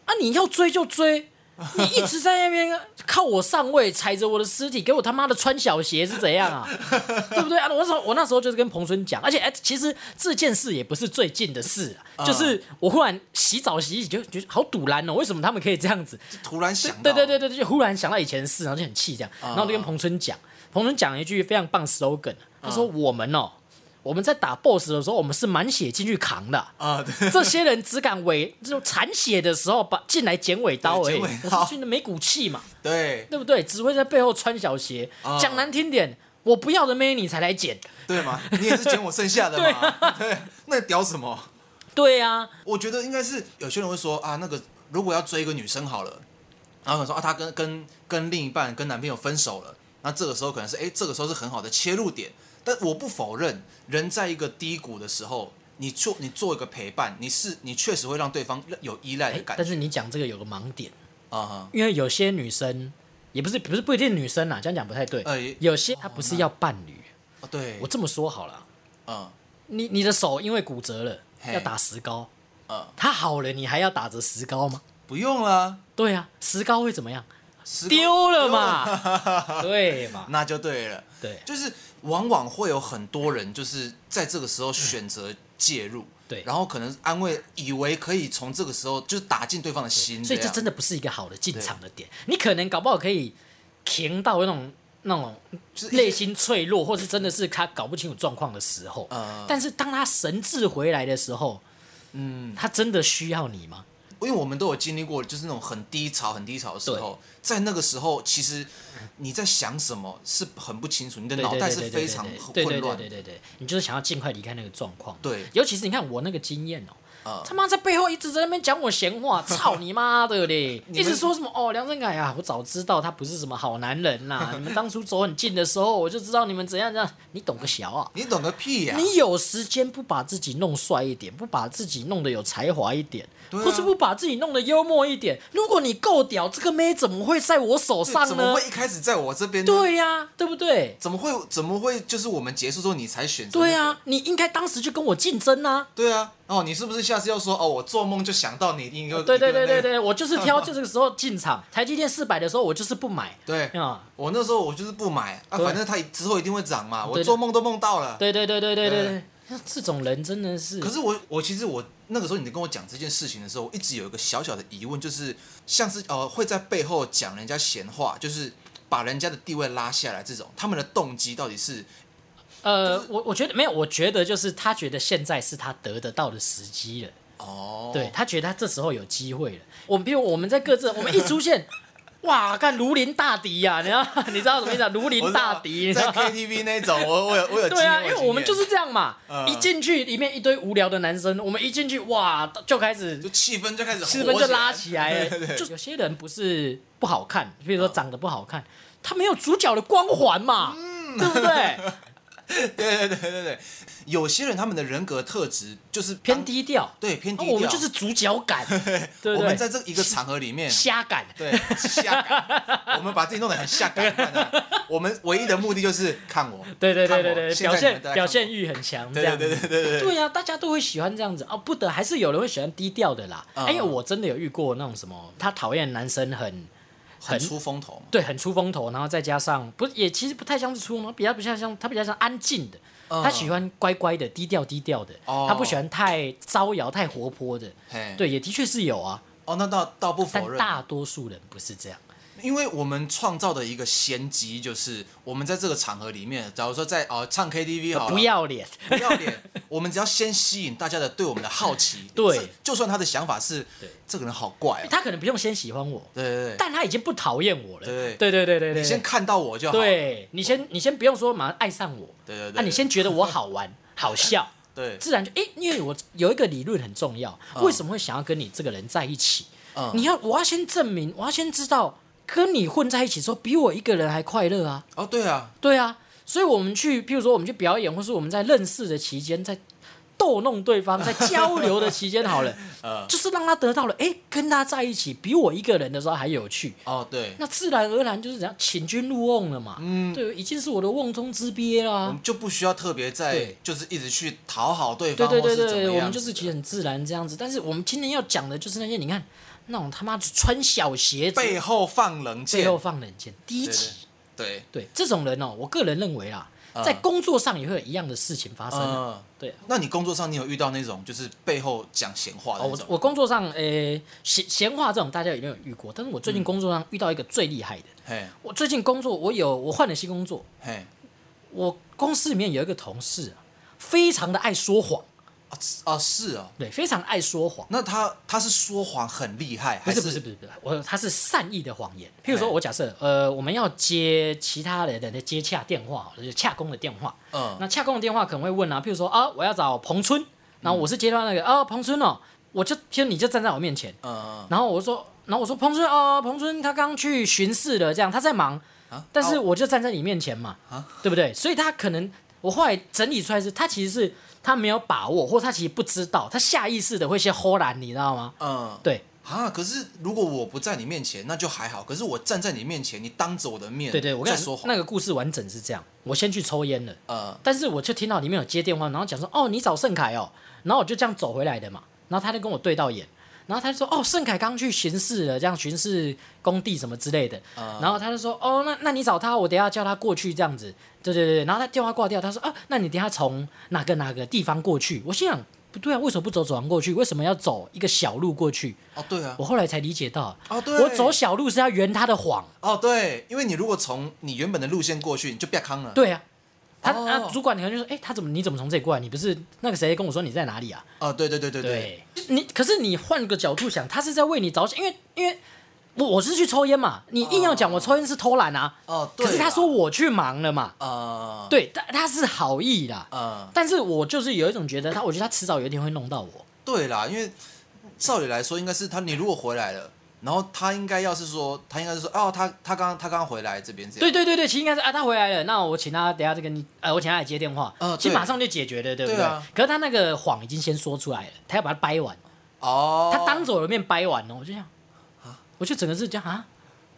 Speaker 2: 啊，你要追就追，你一直在那边 靠我上位，踩着我的尸体，给我他妈的穿小鞋是怎样啊？ 对不对啊？我那时候我那时候就是跟彭春讲，而且哎，其实这件事也不是最近的事啊，就是我忽然洗澡洗一洗就觉得好堵然哦，为什么他们可以这样子？
Speaker 1: 就突然想
Speaker 2: 对
Speaker 1: 到啊
Speaker 2: 对对对，就忽然想到以前的事，然后就很气这样，然后我就跟彭春讲，彭春讲了一句非常棒 slogan，他
Speaker 1: 啊
Speaker 2: 说我们哦，我们在打 boss 的时候，我们是满血进去 扛的。
Speaker 1: 啊，对
Speaker 2: 这些人只敢尾，就残血的时候把进来剪尾刀而
Speaker 1: 对
Speaker 2: 已，
Speaker 1: 剪尾
Speaker 2: 可
Speaker 1: 刀
Speaker 2: 是真的没骨气嘛，
Speaker 1: 对
Speaker 2: 对不对？只会在背后穿小鞋。
Speaker 1: 啊哎
Speaker 2: 讲难听点，我不要的妹你才来捡，
Speaker 1: 对嘛，你也是捡我剩下的嘛，对，那屌什么？
Speaker 2: 对啊，
Speaker 1: 我觉得应该是有些人会说啊，那个如果要追一个女生好了，然后可能说啊，她跟跟跟另一半跟男朋友分手了，那这个时候可能是哎，这个时候是很好的切入点。但我不否认，人在一个低谷的时候，你做你做一个陪伴，你是你确实会让对方有依赖的
Speaker 2: 哎
Speaker 1: 感
Speaker 2: 但
Speaker 1: 觉
Speaker 2: 是你讲这个有个盲点，
Speaker 1: 啊哈，
Speaker 2: 因为有些女生也不是不是不一定女生啊啦，这样讲不太对。
Speaker 1: 哎
Speaker 2: 有些她不是要伴侣，
Speaker 1: 哦对
Speaker 2: 我，这么说好了，
Speaker 1: 嗯
Speaker 2: 你你的手因为骨折了，
Speaker 1: 嘿
Speaker 2: 要打石膏，
Speaker 1: 嗯，
Speaker 2: 它好了，你还要打着石膏吗？
Speaker 1: 不用啦，
Speaker 2: 对啊，石膏会怎么样？
Speaker 1: 时光
Speaker 2: 丢了嘛，对 嘛，
Speaker 1: 那就对了。
Speaker 2: 对
Speaker 1: 就是往往会有很多人就是在这个时候选择介入，
Speaker 2: 对
Speaker 1: 然后可能安慰，以为可以从这个时候就是打进对方的心，
Speaker 2: 所以这
Speaker 1: 样
Speaker 2: 真的不是一个好的进场的点。你可能搞不好可以停到那种那种
Speaker 1: 就是一
Speaker 2: 内心脆弱，或是真的是他搞不清楚状况的时候。
Speaker 1: 呃，
Speaker 2: 但是当他神智回来的时候，
Speaker 1: 嗯，
Speaker 2: 他真的需要你吗？
Speaker 1: 因为我们都有经历过，就是那种很低潮、很低潮的时候，在那个时候，其实你在想什么是很不清楚，你的
Speaker 2: 对
Speaker 1: 脑
Speaker 2: 对
Speaker 1: 袋
Speaker 2: 对
Speaker 1: 是
Speaker 2: 对
Speaker 1: 非
Speaker 2: 对
Speaker 1: 常
Speaker 2: 对
Speaker 1: 混
Speaker 2: 对对
Speaker 1: 乱
Speaker 2: 对
Speaker 1: 的，
Speaker 2: 对对，你就是想要尽快离开那个状况。
Speaker 1: 对
Speaker 2: 尤其是你看我那个经验哦、
Speaker 1: 呃，
Speaker 2: 他妈在背后一直在那边讲我闲话，操你妈的嘞！
Speaker 1: 你们
Speaker 2: 一直说什么哦，梁振凯啊，我早知道他不是什么好男人啦、你们当初走很近的时候，我就知道你们怎样怎样，你懂个小啊！
Speaker 1: 你懂个屁呀、
Speaker 2: 你有时间不把自己弄帅一点，不把自己弄得有才华一点，
Speaker 1: 对啊
Speaker 2: 或是不把自己弄得幽默一点，如果你够屌，这个妹怎么会在我手
Speaker 1: 对
Speaker 2: 上
Speaker 1: 怎么
Speaker 2: 呢？
Speaker 1: 会一开始在我这边呢？
Speaker 2: 对呀、对不对？
Speaker 1: 怎么会怎么会就是我们结束之后你才选择、
Speaker 2: 对啊呀、你应该当时就跟我竞争啊！
Speaker 1: 对啊，哦，你是不是下次要说哦，我做梦就想到你一定就
Speaker 2: 对对
Speaker 1: 一定会那
Speaker 2: 对对
Speaker 1: 个
Speaker 2: 对，我就是挑就这个时候进场，台积电四百的时候我就是不买
Speaker 1: 对，
Speaker 2: 啊。
Speaker 1: 我那时候我就是不买啊，
Speaker 2: 对
Speaker 1: 反正它之后一定会涨嘛，
Speaker 2: 对
Speaker 1: 我
Speaker 2: 对
Speaker 1: 做梦都梦到了。
Speaker 2: 对对对对对对
Speaker 1: 对
Speaker 2: 对，这种人真的是，
Speaker 1: 可是我我其实我那个时候你跟我讲这件事情的时候，我一直有一个小小的疑问，就是像是呃会在背后讲人家闲话，就是把人家的地位拉下来，这种他们的动机到底是
Speaker 2: 呃，我我觉得没有，我觉得就是他觉得现在是他得得到的时机了，
Speaker 1: 哦，
Speaker 2: 对他觉得他这时候有机会了。我们比如我们在各自，我们一出 现，哇，干如临大敌呀、你知道你知道什么意思、啊？如
Speaker 1: 我
Speaker 2: 临
Speaker 1: 知道
Speaker 2: 大敌，你知
Speaker 1: 在
Speaker 2: 道吗？
Speaker 1: KTV 那种，我我有我有
Speaker 2: 对啊，因
Speaker 1: 经
Speaker 2: 为
Speaker 1: 验
Speaker 2: 我们就
Speaker 1: 有
Speaker 2: 是这样嘛，
Speaker 1: 嗯
Speaker 2: 一进去里面一堆无聊的男生，我们一进去哇就开始
Speaker 1: 经验就气氛就开始
Speaker 2: 气
Speaker 1: 火
Speaker 2: 氛就拉起来
Speaker 1: 对
Speaker 2: 了。就有些人不是不好看，比如说长得不好看，他没有主角的光环嘛，
Speaker 1: 嗯
Speaker 2: 对不对？
Speaker 1: 对对对对对，有些人他们的人格特质就是当
Speaker 2: 偏，低调，
Speaker 1: 对偏低
Speaker 2: 啊
Speaker 1: 调，
Speaker 2: 我们就是主角 感，对
Speaker 1: 我
Speaker 2: 不
Speaker 1: 们在
Speaker 2: 对？
Speaker 1: 这一个场合里面，
Speaker 2: 瞎感，
Speaker 1: 对下岗，我们把自己弄得很下岗，看啊我们唯一的目的就是看我，
Speaker 2: 对对
Speaker 1: 看
Speaker 2: 对
Speaker 1: 我
Speaker 2: 对对，
Speaker 1: 现
Speaker 2: 表
Speaker 1: 在你们都在
Speaker 2: 现
Speaker 1: 看我
Speaker 2: 表现欲很强，
Speaker 1: 对
Speaker 2: 这
Speaker 1: 对
Speaker 2: 样
Speaker 1: 对对
Speaker 2: 子
Speaker 1: 对对对，
Speaker 2: 对呀、大家都会喜欢这样子哦，不得还是有人会喜欢低调的啦。
Speaker 1: 嗯
Speaker 2: 哎、因为我真的有遇过那种什么，他讨厌男生很
Speaker 1: 很出风头嘛，
Speaker 2: 对很出风头，然后再加上不也其实不太像是出风头，比较不像像他比较像安静的，
Speaker 1: 嗯
Speaker 2: 他喜欢乖乖的、低调低调的，
Speaker 1: 哦
Speaker 2: 他不喜欢太招摇、太活泼的。
Speaker 1: 嘿，
Speaker 2: 对，也的确是有啊，
Speaker 1: 哦，那倒倒不
Speaker 2: 但
Speaker 1: 否认，
Speaker 2: 大多数人不是这样。
Speaker 1: 因为我们创造的一个先机就是我们在这个场合里面，假如说在哦唱 KTV 好了，
Speaker 2: 呃不要脸，
Speaker 1: 不要脸， 我们只要先吸引大家的对我们的好奇，
Speaker 2: 对
Speaker 1: 这，就算他的想法是
Speaker 2: 对
Speaker 1: 这个人好怪哦，
Speaker 2: 他可能不用先喜欢我，
Speaker 1: 对对对，
Speaker 2: 但他已经不讨厌我了。
Speaker 1: 对
Speaker 2: 对对对对对，
Speaker 1: 你先看到我就好，对
Speaker 2: 对你先你先不用说马上爱上我，
Speaker 1: 对对，
Speaker 2: 那、你先觉得我好玩好笑，
Speaker 1: 对，
Speaker 2: 自然就哎、因为我有一个理论很重要，为什么会想要跟你这个人在一起？
Speaker 1: 嗯
Speaker 2: 你要我要先证明，我要先知道跟你混在一起之后比我一个人还快乐啊，
Speaker 1: 哦对啊，
Speaker 2: 对啊，所以我们去，譬如说我们去表演，或是我们在认识的期间，在逗弄 对方，在交流的期间，好了，
Speaker 1: 呃
Speaker 2: 就是让他得到了，哎、跟他在一起比我一个人的时候还有趣，
Speaker 1: 哦对，
Speaker 2: 那自然而然就是怎样请君入瓮了嘛。嗯，对，已经是我的瓮中之鳖
Speaker 1: 我
Speaker 2: 啦。
Speaker 1: 们就不需要特别在
Speaker 2: 啊对
Speaker 1: 就是一直去讨好对
Speaker 2: 对
Speaker 1: 方，
Speaker 2: 对
Speaker 1: 或
Speaker 2: 对
Speaker 1: 是怎么
Speaker 2: 对，
Speaker 1: 样
Speaker 2: 我们就是其实很自然这样子。但是我们今天要讲的就是那些，你看那种他妈穿小鞋子
Speaker 1: 背后放冷箭，
Speaker 2: 背后放冷箭，低
Speaker 1: 对
Speaker 2: 级。
Speaker 1: 对，
Speaker 2: 对这种人哦，我个人认为啦，在工作上也会有一样的事情发生啊。
Speaker 1: 嗯，
Speaker 2: 对啊，
Speaker 1: 那你工作上你有遇到那种就是背后讲闲话的
Speaker 2: 哦，
Speaker 1: 那
Speaker 2: 我
Speaker 1: 种？
Speaker 2: 我工作上，诶、闲闲话这种大家一定有遇过，但是我最近工作上遇到一个最厉害的。
Speaker 1: 嘿，
Speaker 2: 我最近工作，我有我换了新工作，
Speaker 1: 嘿，
Speaker 2: 我公司里面有一个同事、啊，非常的爱说谎，
Speaker 1: 啊是啊是哦，
Speaker 2: 对，非常爱说谎。
Speaker 1: 那他他是说谎很厉害，
Speaker 2: 不
Speaker 1: 还
Speaker 2: 是
Speaker 1: 是
Speaker 2: 不是不是不是，我他是善意的谎言。譬如说，
Speaker 1: 哎
Speaker 2: 我假设，呃，我们要接其他人的接洽电话，就是洽公的电话。
Speaker 1: 嗯
Speaker 2: 那洽公的电话可能会问啊，譬如说啊，我要找彭春，然后我是接到那个啊，彭春哦，我就就你就站在我面前，
Speaker 1: 嗯，
Speaker 2: 然后我说，然后我说彭春哦，彭春他刚去巡视了，这样他在忙，
Speaker 1: 啊
Speaker 2: 但是
Speaker 1: 哦
Speaker 2: 我就站在你面前嘛，
Speaker 1: 啊
Speaker 2: 对不对？所以他可能我后来整理出来是，他其实是他没有把握，或他其实不知道，他下意识的会先吼懒，你知道吗？
Speaker 1: 嗯，
Speaker 2: 对，
Speaker 1: 啊，可是如果我不在你面前，那就还好。可是我站在你面前，你当着我的面，
Speaker 2: 对对，我跟
Speaker 1: 在
Speaker 2: 你
Speaker 1: 嗯说
Speaker 2: 讲，
Speaker 1: 谎，
Speaker 2: 那个故事完整是这样：我先去抽烟了，
Speaker 1: 呃，
Speaker 2: 但是我就听到里面有接电话，然后讲说：“哦，你找盛凯哦。”然后我就这样走回来的嘛，然后他就跟我对到眼，然后他就说：“哦，盛凯刚去巡视了，这样巡视工地什么之类的。”
Speaker 1: 啊
Speaker 2: 然后他就说：“哦，那那你找他，我等一下叫他过去这样子。”对对对对，然后他电话挂掉，他说：“啊，那你等一下从哪个哪个地方过去？”我心想。不对啊，为什么不走走廊过去？为什么要走一个小路过去？
Speaker 1: 哦，对啊
Speaker 2: 我，后来才理解到，
Speaker 1: 哦对，
Speaker 2: 我走小路是要圆他的谎。
Speaker 1: 哦对，因为你如果从你原本的路线过去，你就变康了。
Speaker 2: 对啊，他
Speaker 1: 哦
Speaker 2: 啊，主管可能就说，哎、他怎么你怎么从这里过来？你不是那个谁跟我说你在哪里啊？
Speaker 1: 哦，对对对对对，
Speaker 2: 你可是你换个角度想，他是在为你着想，因为因为我我是去抽烟嘛，你硬要讲我抽烟是偷懒啊，
Speaker 1: 哦，对
Speaker 2: 可
Speaker 1: 啦。
Speaker 2: 是他说我去忙了嘛，
Speaker 1: 呃，，
Speaker 2: 对，他他是好意啦，
Speaker 1: 呃，
Speaker 2: 但是我就是有一种觉得他，我觉得他迟早有一天会弄到我。
Speaker 1: 对啦，因为照理来说，应该是他，你如果回来了，然后他应该要是说，他应该是说，哦，他他刚他刚回来这边这样。
Speaker 2: 对对对对，其实应该是啊，他回来了，那我请他等一下再跟你，呃，我请他来接电话，
Speaker 1: 呃
Speaker 2: 其实
Speaker 1: 对
Speaker 2: 马上就解决了，对不
Speaker 1: 对啊
Speaker 2: 可是他那个谎已经先说出来了，他要把它掰完。
Speaker 1: 哦，
Speaker 2: 他当着我的面掰完了，哦我就想，我就整个是这样啊，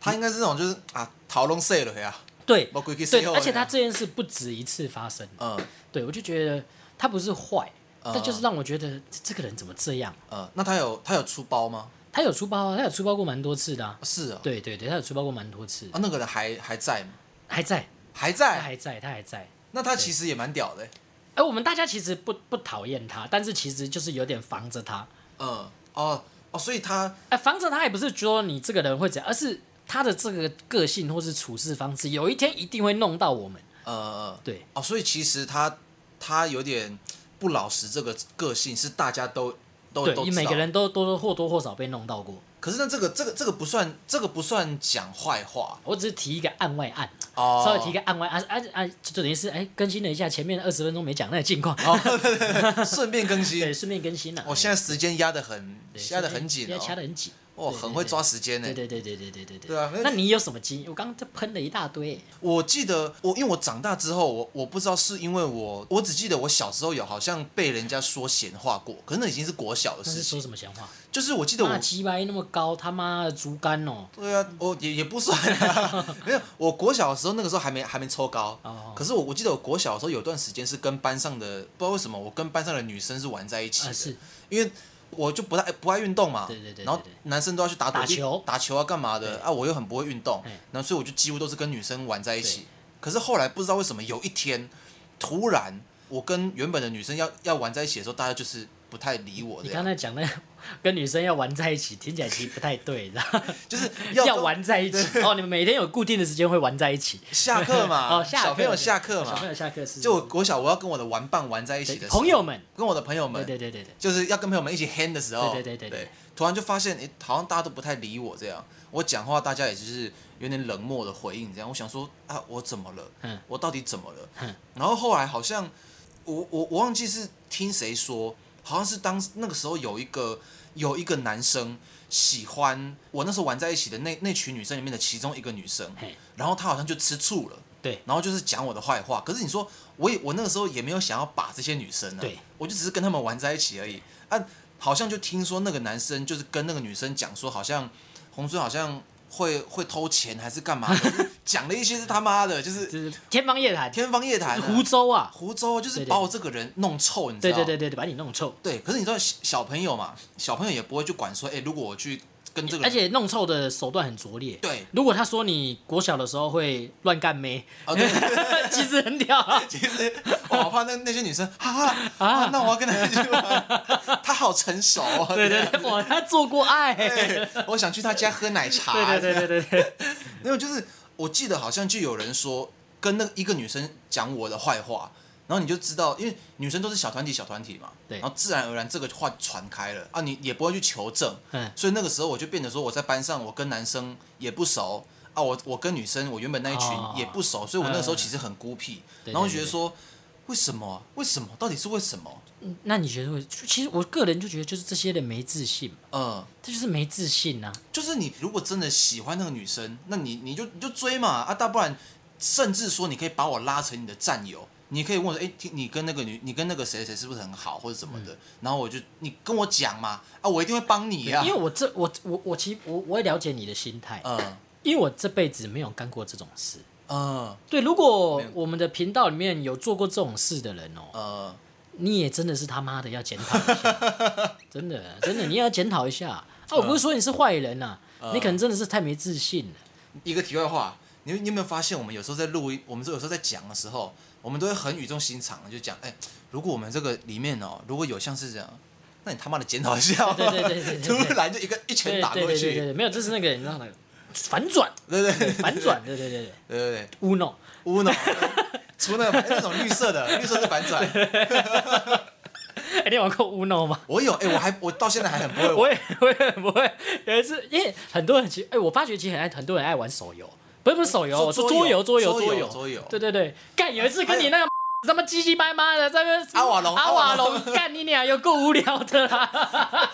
Speaker 1: 他应该是那种就是啊，逃龙啊碎了呀，
Speaker 2: 对
Speaker 1: 没几次
Speaker 2: 对，
Speaker 1: 后
Speaker 2: 而且他
Speaker 1: 呀
Speaker 2: 这件事不止一次发生，
Speaker 1: 嗯
Speaker 2: 对我就觉得他不是坏，
Speaker 1: 嗯
Speaker 2: 但就是让我觉得这这个人怎么这样？
Speaker 1: 嗯，那他有他有出包吗？
Speaker 2: 他有出包啊，他有出包过蛮多次的、啊，
Speaker 1: 是啊，
Speaker 2: 对对对，他有出包过蛮多次的，
Speaker 1: 啊，那个人还还在吗？
Speaker 2: 还在，
Speaker 1: 还
Speaker 2: 他
Speaker 1: 在，
Speaker 2: 还在，他还在。
Speaker 1: 那他其实也蛮屌的欸，
Speaker 2: 哎，我们大家其实不不讨厌他，但是其实就是有点防着他。
Speaker 1: 嗯，哦哦，所以他
Speaker 2: 哎，防着他也不是说你这个人会怎样，而是他的这个个性或是处事方式，有一天一定会弄到我们。
Speaker 1: 呃
Speaker 2: 对，
Speaker 1: 哦，所以其实他他有点不老实，这个个性是大家都都哦都
Speaker 2: 对，
Speaker 1: 知道
Speaker 2: 每个。人都多多或多或少被弄到过。
Speaker 1: 可是那这个这个这个不算这个不算讲坏话
Speaker 2: 我只是提一个案外案，
Speaker 1: 哦，
Speaker 2: 稍微提一个案外案，啊啊，就等于是哎更新了一下前面二十分钟没讲那个近况，
Speaker 1: 哦 顺便更
Speaker 2: 对，
Speaker 1: 新。
Speaker 2: 顺便更新了。
Speaker 1: 我现在时间压得很
Speaker 2: 对
Speaker 1: 压得很紧
Speaker 2: 现在掐
Speaker 1: 哦，
Speaker 2: 得很紧。
Speaker 1: 哦，
Speaker 2: 对
Speaker 1: 很会抓时间呢
Speaker 2: 对。对对对对对对对。
Speaker 1: 对啊没有
Speaker 2: 那你有什么经？我刚刚这喷了一大堆。
Speaker 1: 我记得我因为我长大之后，我我不知道是因为我我只记得我小时候有好像被人家说闲话过，可是那已经是国小的
Speaker 2: 那
Speaker 1: 事
Speaker 2: 是
Speaker 1: 情。
Speaker 2: 说什么啊闲话？
Speaker 1: 就是我记得我
Speaker 2: 那鸡掰那么高，他妈的竹竿哦！
Speaker 1: 对啊，我也也不算 啊，没有。我国小的时候，那个时候还没还没抽高，
Speaker 2: 哦
Speaker 1: 可是我我记得我国小的时候有段时间是跟班上的不知道为什么，我跟班上的女生是玩在一起
Speaker 2: 啊
Speaker 1: 的，
Speaker 2: 是
Speaker 1: 因为我就不太不爱运动嘛，
Speaker 2: 对对对对
Speaker 1: 然后男生都要去打躲避
Speaker 2: 打球
Speaker 1: 打球啊干嘛的
Speaker 2: 对
Speaker 1: 啊，我又很不会运动
Speaker 2: 嗯，
Speaker 1: 然后所以我就几乎都是跟女生玩在一起。可是后来不知道为什么有一天，突然我跟原本的女生要要玩在一起的时候，大家就是不太理我
Speaker 2: 你
Speaker 1: 这样，
Speaker 2: 刚才讲那个跟女生要玩在一起，听起来其实不太对， 你知道吗？
Speaker 1: 就是
Speaker 2: 要
Speaker 1: 要
Speaker 2: 玩在一起哦，你们每天有固定的时间会玩在一起。
Speaker 1: 下课嘛，
Speaker 2: 哦，下课
Speaker 1: 啊小朋友下课
Speaker 2: 小
Speaker 1: 嘛
Speaker 2: 朋。友下课是
Speaker 1: 就我国小我要跟我的玩伴玩在一起
Speaker 2: 对
Speaker 1: 的时候
Speaker 2: 朋，友们，
Speaker 1: 跟我的朋友们，
Speaker 2: 对对对对对，
Speaker 1: 就是要跟朋友们一起 hang 的时候，
Speaker 2: 对对对对对
Speaker 1: 突然就发现，诶，好像大家都不太理我这样，我讲话大家也就是有点冷漠的回应这样，我想说啊，我怎么了？
Speaker 2: 嗯
Speaker 1: 我到底怎么了？
Speaker 2: 嗯
Speaker 1: 然后后来好像我我我忘记是听谁说，好像是当那个时候有一个有一个男生喜欢我那时候玩在一起的那那群女生里面的其中一个女生
Speaker 2: 嘿，
Speaker 1: 然后她好像就吃醋了。
Speaker 2: 对，
Speaker 1: 然后就是讲我的坏话。可是你说，我也我那个时候也没有想要把这些女生啊，
Speaker 2: 对，
Speaker 1: 我就只是跟他们玩在一起而已。啊，好像就听说那个男生就是跟那个女生讲说，好像洪尊好像会会偷钱还是干嘛的，讲了一些是他妈的， 就是
Speaker 2: 就是天方夜谭，
Speaker 1: 啊天方夜谭、啊，
Speaker 2: 湖州啊，
Speaker 1: 湖州就是
Speaker 2: 对对
Speaker 1: 把我这个人弄臭，你知
Speaker 2: 对
Speaker 1: 道
Speaker 2: 对对对对，把你弄臭，
Speaker 1: 对可是你知道小小朋友嘛，小朋友也不会去管说，哎，如果我去跟这个人，
Speaker 2: 而且弄臭的手段很拙劣。
Speaker 1: 对
Speaker 2: 如果他说你国小的时候会乱 干妹，
Speaker 1: 啊对。
Speaker 2: 其实很屌啊，
Speaker 1: 其 实我好怕那那些女生，哈哈 啊，那我要跟她去玩， 她好成熟哦。
Speaker 2: 对对对，哇，他做过爱，对
Speaker 1: 对， 我想去她家喝奶茶。
Speaker 2: 对对对对对，
Speaker 1: 没有，就是我记得好像就有人说跟那一个女生讲我的坏话，然后你就知道，因为女生都是小团体小团体嘛，
Speaker 2: 对
Speaker 1: 然后自然而然这个话传开了啊，你也不会去求证，
Speaker 2: 嗯，
Speaker 1: 所以那个时候我就变得说我在班上我跟男生也不熟啊，我我跟女生我原本那一群
Speaker 2: 哦
Speaker 1: 也不熟，所以我那时候
Speaker 2: 嗯
Speaker 1: 其实很孤僻，
Speaker 2: 对对
Speaker 1: 然后
Speaker 2: 对
Speaker 1: 觉得
Speaker 2: 对
Speaker 1: 说。为什么啊？为什么？到底是为什么？
Speaker 2: 嗯那你觉得会？就其实我个人就觉得就是这些人没自信嘛，
Speaker 1: 嗯，
Speaker 2: 这就是没自信啊。
Speaker 1: 就是你如果真的喜欢那个女生，那你你就你就追嘛啊，大不然甚至说你可以把我拉成你的战友，你可以问我说，哎、听你跟那个女，你跟那个谁谁是不是很好，或者怎么的？然后我就你跟我讲嘛，啊，我一定会帮你啊
Speaker 2: 因为。我这我我我其实我我也了解你的心态，
Speaker 1: 嗯
Speaker 2: 因为我这辈子没有干过这种事。
Speaker 1: 嗯
Speaker 2: 对，如果我们的频道里面有做过这种事的人哦，
Speaker 1: 呃，
Speaker 2: 你也真的是他妈的要检讨一下，真的真的你也要检讨一下。啊，我不是说你是坏人呐、你可能真的是太没自信了。
Speaker 1: 一个题外话，你你有没有发现，我们有时候在录音，我们有时候在讲的时候，我们都会很语重心长的就讲，哎、如果我们这个里面哦，如果有像是这样，那你他妈的检讨一下、哦。
Speaker 2: 对对对对对对
Speaker 1: 突然就一个一拳
Speaker 2: 对
Speaker 1: 打
Speaker 2: 对
Speaker 1: 过
Speaker 2: 对对
Speaker 1: 去，
Speaker 2: 对，没有，这是那个你知道那个反转
Speaker 1: 对对对
Speaker 2: 反转，对对对对
Speaker 1: 对对对，
Speaker 2: ，uno。
Speaker 1: 乌脑， 除了那种绿色的， 绿色是反转。
Speaker 2: 哎、你有玩过 uno 吗？
Speaker 1: 我有，哎、我还我到现在还很不会玩。
Speaker 2: 我也我也不会，有一次，因为很多人其实，哎、我发觉其实很爱很多人爱玩手游，不是不是手游，
Speaker 1: 说
Speaker 2: 我说
Speaker 1: 桌
Speaker 2: 桌
Speaker 1: 游
Speaker 2: 游桌游
Speaker 1: 桌
Speaker 2: 桌
Speaker 1: 游
Speaker 2: 游
Speaker 1: 桌游
Speaker 2: 对对对，干有一次跟你那个他妈唧唧歪歪的在那边
Speaker 1: 阿瓦隆
Speaker 2: 阿
Speaker 1: 阿瓦
Speaker 2: 瓦
Speaker 1: 隆
Speaker 2: 隆干你俩有够无聊的啦，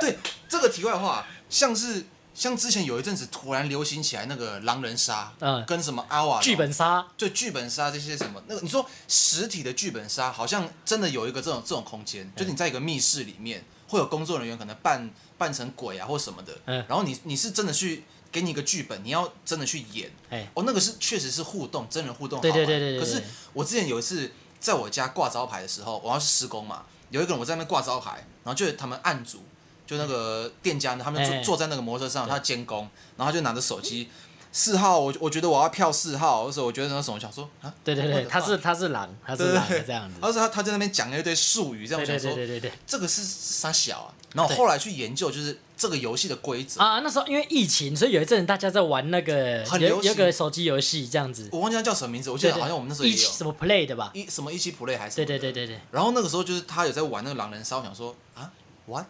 Speaker 1: 对，这个题外话，像是像之前有一阵子突然流行起来那个狼人杀，
Speaker 2: 嗯
Speaker 1: 跟什么阿瓦隆啊
Speaker 2: 剧本杀，
Speaker 1: 对剧本杀这些什么，那个你说实体的剧本杀，好像真的有一个这种这种空
Speaker 2: 嗯
Speaker 1: 间，就是你在一个密室里面，会有工作人员可能扮扮成鬼啊或什么的，
Speaker 2: 嗯
Speaker 1: 然后你你是真的去给你一个剧本，你要真的去演，
Speaker 2: 哎、
Speaker 1: 哦，那个是确实是互动，真人互动好
Speaker 2: 对
Speaker 1: 玩。
Speaker 2: 对对对对
Speaker 1: 可是
Speaker 2: 对
Speaker 1: 我之前有一次在我家挂招牌的时候，我要去施工嘛，有一个人我在那边挂招牌，然后就有他们案主，就那个店家呢，他们
Speaker 2: 哎
Speaker 1: 坐
Speaker 2: 哎
Speaker 1: 坐在那个摩托车上，他监工，然后他就拿着手机。四号，我我觉得我要票四号，所以我觉得那什么，我想说 啊，
Speaker 2: 对对
Speaker 1: what
Speaker 2: 对，
Speaker 1: the
Speaker 2: 他
Speaker 1: fuck？
Speaker 2: 是他是狼，他
Speaker 1: 对
Speaker 2: 是狼
Speaker 1: 对对
Speaker 2: 这样子，
Speaker 1: 而且他他在那边讲了一堆术语，这样
Speaker 2: 对
Speaker 1: 我
Speaker 2: 对
Speaker 1: 想
Speaker 2: 对
Speaker 1: 说
Speaker 2: 对对对。
Speaker 1: 这个是啥小啊？然后
Speaker 2: 对
Speaker 1: 后来去研究，就是这个游戏的规则，
Speaker 2: 啊，那时候因为疫情，所以有一阵大家在玩那个
Speaker 1: 很流
Speaker 2: 有
Speaker 1: 行
Speaker 2: 有个手机游戏这样子，
Speaker 1: 我忘记它叫什么名字，我记
Speaker 2: 对
Speaker 1: 得
Speaker 2: 对，
Speaker 1: 好像我们那时候
Speaker 2: 一
Speaker 1: 也有
Speaker 2: 起什么 play 的吧？
Speaker 1: 一什么一起 play 还是什
Speaker 2: 对
Speaker 1: 么的
Speaker 2: 对对对对，
Speaker 1: 然后那个时候就是他有在玩那个狼人杀，我想说啊玩，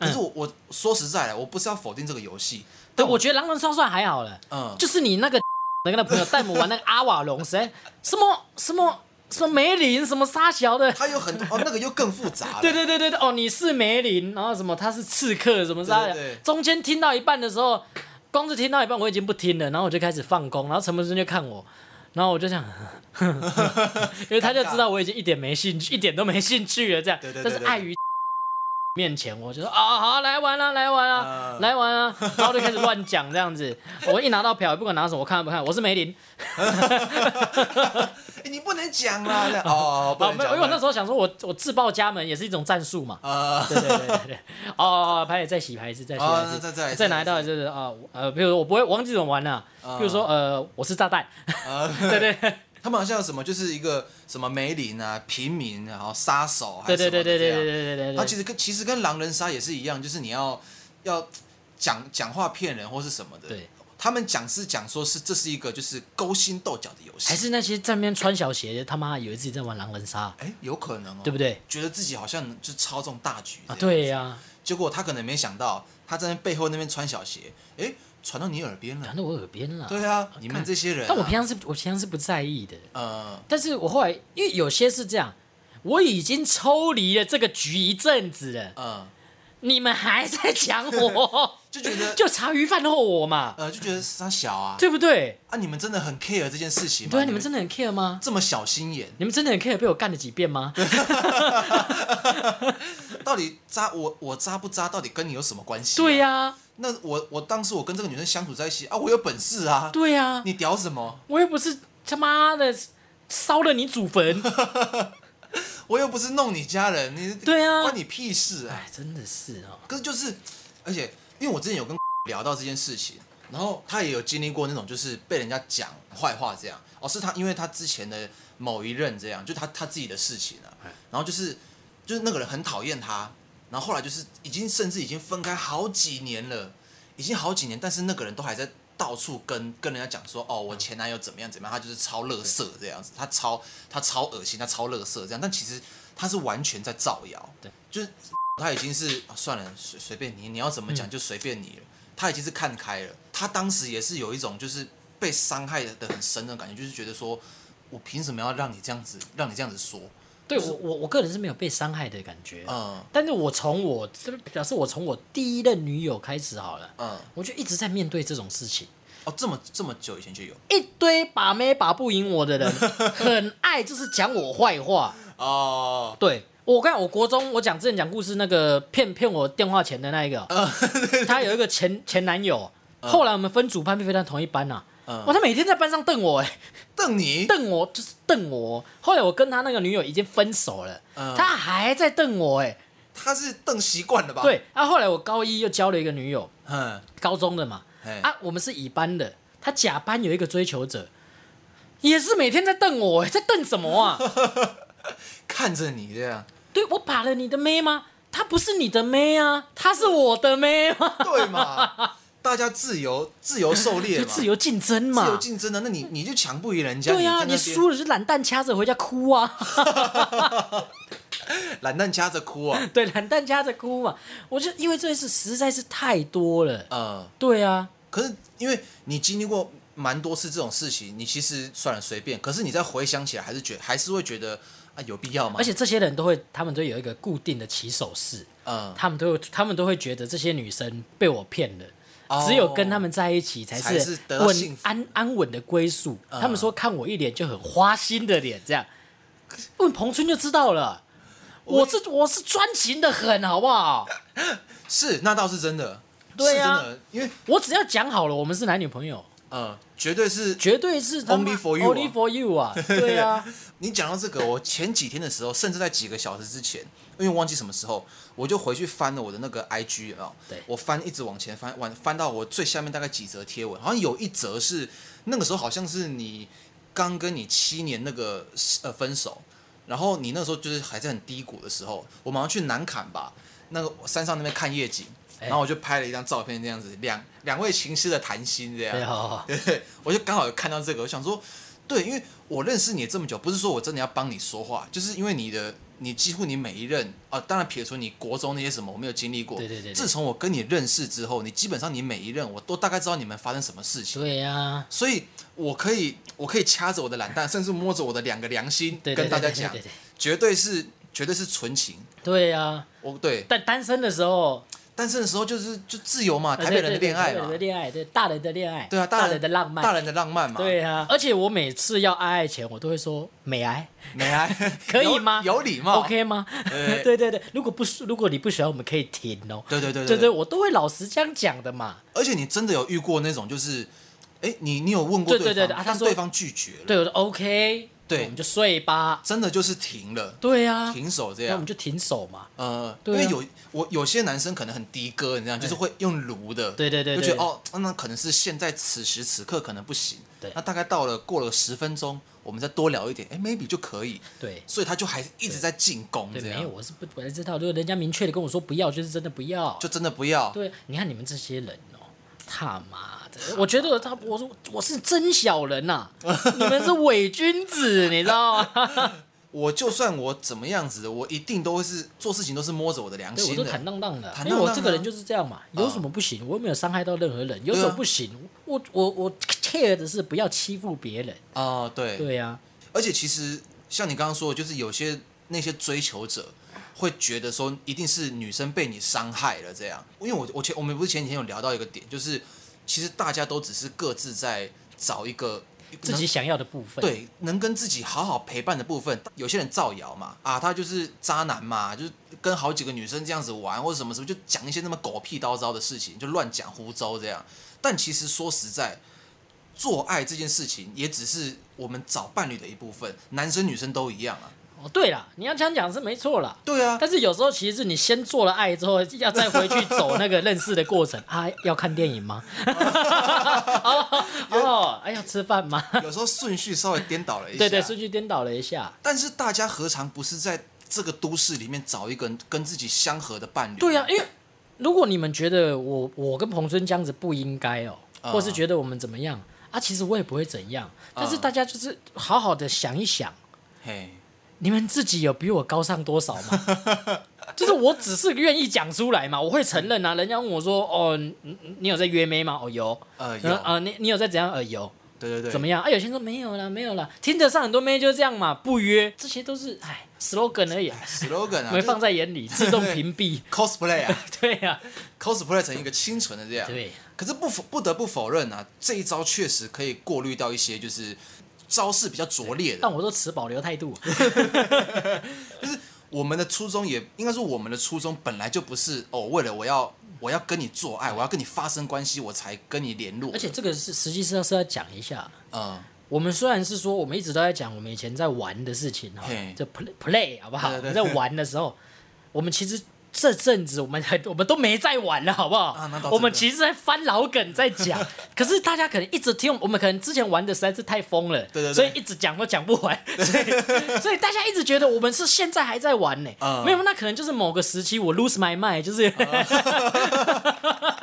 Speaker 2: 嗯
Speaker 1: 可是我、我说实在的，我不是要否定这个游戏，
Speaker 2: 对，我觉得狼人杀算还好了。
Speaker 1: 嗯，
Speaker 2: 就是你 那个那个朋友带我玩那个阿瓦隆，谁什么什么什么梅林，什么沙小的，
Speaker 1: 它有很多哦，那个又更复杂了，
Speaker 2: 对对对对对，哦，你是梅林，然后什么他是刺客，什么沙
Speaker 1: 对对对
Speaker 2: 中间听到一半的时候，光是听到一半我已经不听了，然后我就开始放空，然后陈柏森就看我。然后我就想， 因为他就知道我已经一点没兴趣，一点都没兴趣了这样。
Speaker 1: 对对对对
Speaker 2: 但是
Speaker 1: 对
Speaker 2: 碍于面前，我就说啊、好来玩啊，来玩啊，
Speaker 1: 嗯
Speaker 2: 来玩啊，然后就开始乱讲这 样子。我一拿到票，也不管拿什么，我看都不看，我是梅林，
Speaker 1: 哎你不能讲啦， 这样哦，不
Speaker 2: 哦，
Speaker 1: 能
Speaker 2: 没
Speaker 1: 讲，
Speaker 2: 有，因为我那
Speaker 1: 时
Speaker 2: 时候想说我，我自报家门也是一种战术嘛。
Speaker 1: 呃，
Speaker 2: 对对对对 对，哦哦，哦拍再洗牌一次，再洗
Speaker 1: 哦
Speaker 2: 牌一
Speaker 1: 那
Speaker 2: 次，
Speaker 1: 再再来一次嗯
Speaker 2: 再拿到就是啊呃，比如说我不会我忘记怎么玩了，比如说呃，我是炸弹， 对对对
Speaker 1: 呃他们好像有什么就是一个什么梅林啊、平民啊，然后杀手还
Speaker 2: 对
Speaker 1: 是什
Speaker 2: 对
Speaker 1: 么
Speaker 2: 对
Speaker 1: 的这
Speaker 2: 对对
Speaker 1: 样，
Speaker 2: 对对对
Speaker 1: 它
Speaker 2: 对
Speaker 1: 其实跟其实跟狼人杀也是一样，就是你要要讲讲话骗人或是什么的，
Speaker 2: 对，
Speaker 1: 他们讲是讲说是这是一个就是勾心斗角的游戏，
Speaker 2: 还是那些在那边穿小鞋的，他妈有一次在玩狼人杀，
Speaker 1: 哎、有可能哦，
Speaker 2: 对不对？
Speaker 1: 觉得自己好像就操纵大局这
Speaker 2: 啊，
Speaker 1: 样
Speaker 2: 对呀、
Speaker 1: 结果他可能没想到，他在背后那边穿小鞋，哎，传到你耳边了
Speaker 2: 传。到我耳边了。
Speaker 1: 对啊，你们这些人啊、
Speaker 2: 但我平常是我平常是不在意的，
Speaker 1: 呃，
Speaker 2: 但是我后来因为有些是这样，我已经抽离了这个局一阵子了。
Speaker 1: 呃，
Speaker 2: 你们还在讲我，
Speaker 1: 就觉得
Speaker 2: 就茶余饭后我嘛，
Speaker 1: 呃，就觉得他小啊，
Speaker 2: 对不对？
Speaker 1: 啊，你们真的很 care 这件事情吗？
Speaker 2: 对啊，你们真的很 care 吗？
Speaker 1: 这么小心眼，
Speaker 2: 你们真的很 care 被我干了几遍吗？
Speaker 1: 到底渣我我渣不渣，到底跟你有什么关系、啊
Speaker 2: 对、啊呀、
Speaker 1: 那我我当时我跟这个女生相处在一起啊，我有本事啊，
Speaker 2: 对呀、
Speaker 1: 你屌什么？
Speaker 2: 我又不是他妈的烧了你祖 坟，
Speaker 1: 我又不是弄你家人，你
Speaker 2: 对啊
Speaker 1: 关你屁事啊！
Speaker 2: 哎，真的是哦，
Speaker 1: 可是就是，而且因为我之前有跟 聊到这件事情，然后他也有经历过那种就是被人家讲坏话这样。哦，是他，因为他之前的某一任这样，就他他自己的事情啊
Speaker 2: 哎。
Speaker 1: 然后就是就是那个人很讨厌他，然后后来就是已经甚至已经分开好几年了，已经好几年，但是那个人都还在。到处跟跟人家讲说，哦，我前男友怎么样怎么样，他就是超乐色这样子，他超他超恶心，他超乐色这样，但其实他是完全在造谣，
Speaker 2: 对，
Speaker 1: 就是他已经是、啊算了，随随便你，你要怎么讲
Speaker 2: 嗯
Speaker 1: 就随便你了。他已经是看开了，他当时也是有一种就是被伤害的很深的感觉，就是觉得说我凭什么要让你这样子，让你这样子说？
Speaker 2: 对我我我个人是啊没有被伤害的感觉，
Speaker 1: 嗯
Speaker 2: 但是我从我这表示我从我第一任女友开始好了，
Speaker 1: 嗯
Speaker 2: 我就一直在面对这种事情，
Speaker 1: 哦，这么这么久以前就有
Speaker 2: 一堆把妹把不赢我的 人，很爱就是讲我坏话。
Speaker 1: 哦，
Speaker 2: 对我看我国中我讲之前讲故事那个骗骗我电话钱的那一个，
Speaker 1: 哦
Speaker 2: 他有一个前前男友，后来我们分组班，并非在同一班呐、
Speaker 1: 嗯
Speaker 2: 哇，他每天在班上瞪我、 哎，
Speaker 1: 瞪你，
Speaker 2: 瞪我就是瞪我。后来我跟他那个女友已经分手了，
Speaker 1: 嗯
Speaker 2: 他还在瞪我、哎，
Speaker 1: 他是瞪习惯了吧？，
Speaker 2: 对。啊，后来我高一又交了一个女友，
Speaker 1: 嗯，
Speaker 2: 高中的嘛，
Speaker 1: 哎，
Speaker 2: 啊，我们是乙班的，他甲班有一个追求者，也是每天在瞪我、哎，在瞪什 么啊？
Speaker 1: 看着你这样，
Speaker 2: 对我把了你的妹吗？她不是你的妹啊，她是我的妹吗？
Speaker 1: 对 嘛？大家自由自由狩猎
Speaker 2: 就
Speaker 1: 嘛，
Speaker 2: 自由竞争
Speaker 1: 自由
Speaker 2: 嘛。
Speaker 1: 竞争的，那你你就强不赢人家，
Speaker 2: 对呀、
Speaker 1: 在那
Speaker 2: 你
Speaker 1: 边
Speaker 2: 输了就懒蛋掐着回家哭啊，
Speaker 1: 懒蛋夹着哭啊，
Speaker 2: 对，懒蛋掐着哭嘛。我就因为这件事实在是太多了。
Speaker 1: 呃，
Speaker 2: 对啊，
Speaker 1: 可是因为你经历过蛮多次这种事情，你其实算了随便，可是你再回想起来，还是觉还是会觉得啊有必要吗？
Speaker 2: 而且这些人都会，他们都有一个固定的起手式，
Speaker 1: 嗯，
Speaker 2: 他们都他们都会觉得这些女生被我骗了。
Speaker 1: 哦
Speaker 2: 只有跟他们在一起才
Speaker 1: 才是得到幸
Speaker 2: 稳
Speaker 1: 福嗯
Speaker 2: 安安稳的归宿。他们说看我一脸就很花心的脸，这样问彭春就知道了。我是我是专情的很，好不好？
Speaker 1: 是那倒是真的，
Speaker 2: 对啊
Speaker 1: 是真的，因为
Speaker 2: 我只要讲好了，我们是男女朋友，
Speaker 1: 呃，绝对是
Speaker 2: 绝对是他妈
Speaker 1: Only for you 啊
Speaker 2: only for you 啊，对啊，
Speaker 1: 你讲到这个，我前几天的时候，甚至在几个小时之前，因为忘记什么时候，我就回去翻了我的那个 IG 有没有？
Speaker 2: 对
Speaker 1: 我翻一直往前翻，往翻到我最下面大概几则贴文，好像有一则是那个时候好像是你刚跟你七年那个呃分手，然后你那时候就是还在很低谷的时候，我马上去南坎吧，那个山上那边看夜景，
Speaker 2: 哎
Speaker 1: 然后我就拍了一张照片，这样子两两位情师的谈心这样
Speaker 2: 对。啊，
Speaker 1: 对，我就刚好有看到这个，我想说，对，因为我认识你这么久，不是说我真的要帮你说话，就是因为你的，你几乎你每一任啊，当然撇除你国中那些什么我没有经历过，
Speaker 2: 对对对对
Speaker 1: 自从我跟你认识之后，你基本上你每一任我都大概知道你们发生什么事情，
Speaker 2: 对啊，
Speaker 1: 所以我可以我可以掐着我的懒蛋，甚至摸着我的两个良心
Speaker 2: 对，对
Speaker 1: 跟大家
Speaker 2: 对对
Speaker 1: 讲
Speaker 2: 对，对
Speaker 1: 绝对是绝对是纯情。
Speaker 2: 对啊。
Speaker 1: 我对
Speaker 2: 但单身的时候，
Speaker 1: 单身的时候就是就自由嘛，
Speaker 2: 呃
Speaker 1: 台北人的
Speaker 2: 对对对
Speaker 1: 恋爱
Speaker 2: 台北
Speaker 1: 嘛
Speaker 2: 人的，恋爱，对大人的恋爱，
Speaker 1: 对啊，
Speaker 2: 大
Speaker 1: 人
Speaker 2: 人的浪漫，
Speaker 1: 大人的浪漫嘛，
Speaker 2: 对啊，而且我每次要爱爱前，我都会说美爱
Speaker 1: 没啊，
Speaker 2: 可以吗
Speaker 1: 有有礼貌
Speaker 2: ，OK 吗？
Speaker 1: 啊对
Speaker 2: 对对对，如果不是如果你不喜欢，我们可以停哦。
Speaker 1: 对对对
Speaker 2: 对对，我都会老实这样讲的嘛。
Speaker 1: 而且你真的有遇过那种就是，哎，你你有问过
Speaker 2: 对对
Speaker 1: 方，
Speaker 2: 对对啊他
Speaker 1: 但
Speaker 2: 说
Speaker 1: 对方拒绝了，
Speaker 2: 对，我说 OK，
Speaker 1: 对
Speaker 2: 我们就睡吧。
Speaker 1: 真的就是停了，
Speaker 2: 对啊，
Speaker 1: 停手这
Speaker 2: 那我们
Speaker 1: 样。
Speaker 2: 就停手嘛。
Speaker 1: 呃，因
Speaker 2: 对啊
Speaker 1: 为有我有些男生可能很的哥，你知道，就是会用炉的，
Speaker 2: 对对对
Speaker 1: 就
Speaker 2: 对
Speaker 1: 觉得哦，那可能是现在此时此刻可能不行，
Speaker 2: 对
Speaker 1: 那大概到了过了十分钟，我们再多聊一点，哎，maybe 就可以，
Speaker 2: 对
Speaker 1: 所以他就还一直在进攻
Speaker 2: 对，
Speaker 1: 这
Speaker 2: 没
Speaker 1: 样
Speaker 2: 有，，我是不本来知道，如果人家明确的跟我说不要，就是真的不要。
Speaker 1: 就真的不要，
Speaker 2: 对，啊你看你们这些人哦，他妈的，我觉得他，我说我是真小人呐、 你们是伪君子，你知道吗？
Speaker 1: 我就算我怎么样子，我一定都会是做事情都是摸着我的良
Speaker 2: 对，我
Speaker 1: 心
Speaker 2: 都
Speaker 1: 的，
Speaker 2: 坦荡荡的，
Speaker 1: 坦
Speaker 2: 因为
Speaker 1: 荡
Speaker 2: 我
Speaker 1: 荡
Speaker 2: 这个
Speaker 1: 啊
Speaker 2: 人就是这样嘛，有什么不行？我又没有伤害到任何人，有什么
Speaker 1: 对啊
Speaker 2: 不行？我我我 care 的是不要欺负别人。
Speaker 1: 哦，对，
Speaker 2: 对啊呀、
Speaker 1: 而且其实像你刚刚说的，就是有些那些追求者会觉得说，一定是女生被你伤害了这样。因为我我前我们不是前几天有聊到一个点，就是其实大家都只是各自在找一个
Speaker 2: 自己想要的部分。
Speaker 1: 能对能跟自己好好陪伴的部分。有些人造谣嘛，啊，他就是渣男嘛，就是跟好几个女生这样子玩或者什么什么，就讲一些那么狗屁叨叨的事情，就乱讲胡诌这样。但其实说实在，做爱这件事情也只是我们找伴侣的一部分，男生女生都一样啊。
Speaker 2: 哦，对啦，你要这样讲是没错啦。
Speaker 1: 对啊，
Speaker 2: 但是有时候其实是你先做了爱之后，要再回去走那个认识的过程啊。要看电影吗？ 哦哦，哎、要吃饭吗？
Speaker 1: 有时候顺序稍微颠倒了一下。
Speaker 2: 对对，顺序颠倒了一下。
Speaker 1: 但是大家何尝不是在这个都市里面找一个跟自己相合的伴侣？
Speaker 2: 对啊呀、因为如果你们觉得我我跟彭孙这样子不应该哦，
Speaker 1: 啊
Speaker 2: 或是觉得我们怎么样啊，其实我也不会怎样。但是大家就是好好的想一想，
Speaker 1: 嘿，
Speaker 2: 你们自己有比我高尚多少吗？ 就是我只是愿意讲出来嘛，我会承认啊。人家问我说：“哦，你你你有在约妹吗？”哦，有。
Speaker 1: 呃，有，
Speaker 2: 然后啊、你你有在怎样？呃，有。
Speaker 1: 对对对，
Speaker 2: 怎么样？啊，有些人说没有啦，没有啦。听得上很多妹就这样嘛，不约，这些都是哎 slogan 而已，
Speaker 1: slogan 啊？
Speaker 2: 没放在眼里，自动屏蔽。
Speaker 1: cosplay 啊
Speaker 2: 对呀、
Speaker 1: ，cosplay 成一个清纯的这样。
Speaker 2: 对，
Speaker 1: 可是不否不得不否认啊，这一招确实可以过滤掉一些就是招式比较拙劣的。
Speaker 2: 但我都持保留态度。
Speaker 1: 我们的初衷也应该说，我们的初衷本来就不是哦，为了我要我要跟你做爱，我要跟你发生关系，我才跟你联络。
Speaker 2: 而且这个是实际上是要讲一下，
Speaker 1: 嗯，
Speaker 2: 我们虽然是说我们一直都在讲我们以前在玩的事情哈
Speaker 1: 嘿，
Speaker 2: 这 play play 好不好？
Speaker 1: 对
Speaker 2: 我
Speaker 1: 对
Speaker 2: 们
Speaker 1: 对
Speaker 2: 在玩的时候，我们其实。这阵子我们还我们都没在玩了，好不好？
Speaker 1: 啊那倒真的
Speaker 2: 我们其实在翻老梗在讲， 可是大家可能一直听我们，可能之前玩的实在是太疯了，
Speaker 1: 对对对
Speaker 2: 所以一直讲都讲不 完，所以所以大家一直觉得我们是现在还在玩呢、
Speaker 1: 嗯
Speaker 2: 没有，那可能就是某个时期我 lose my mind，就是、
Speaker 1: 啊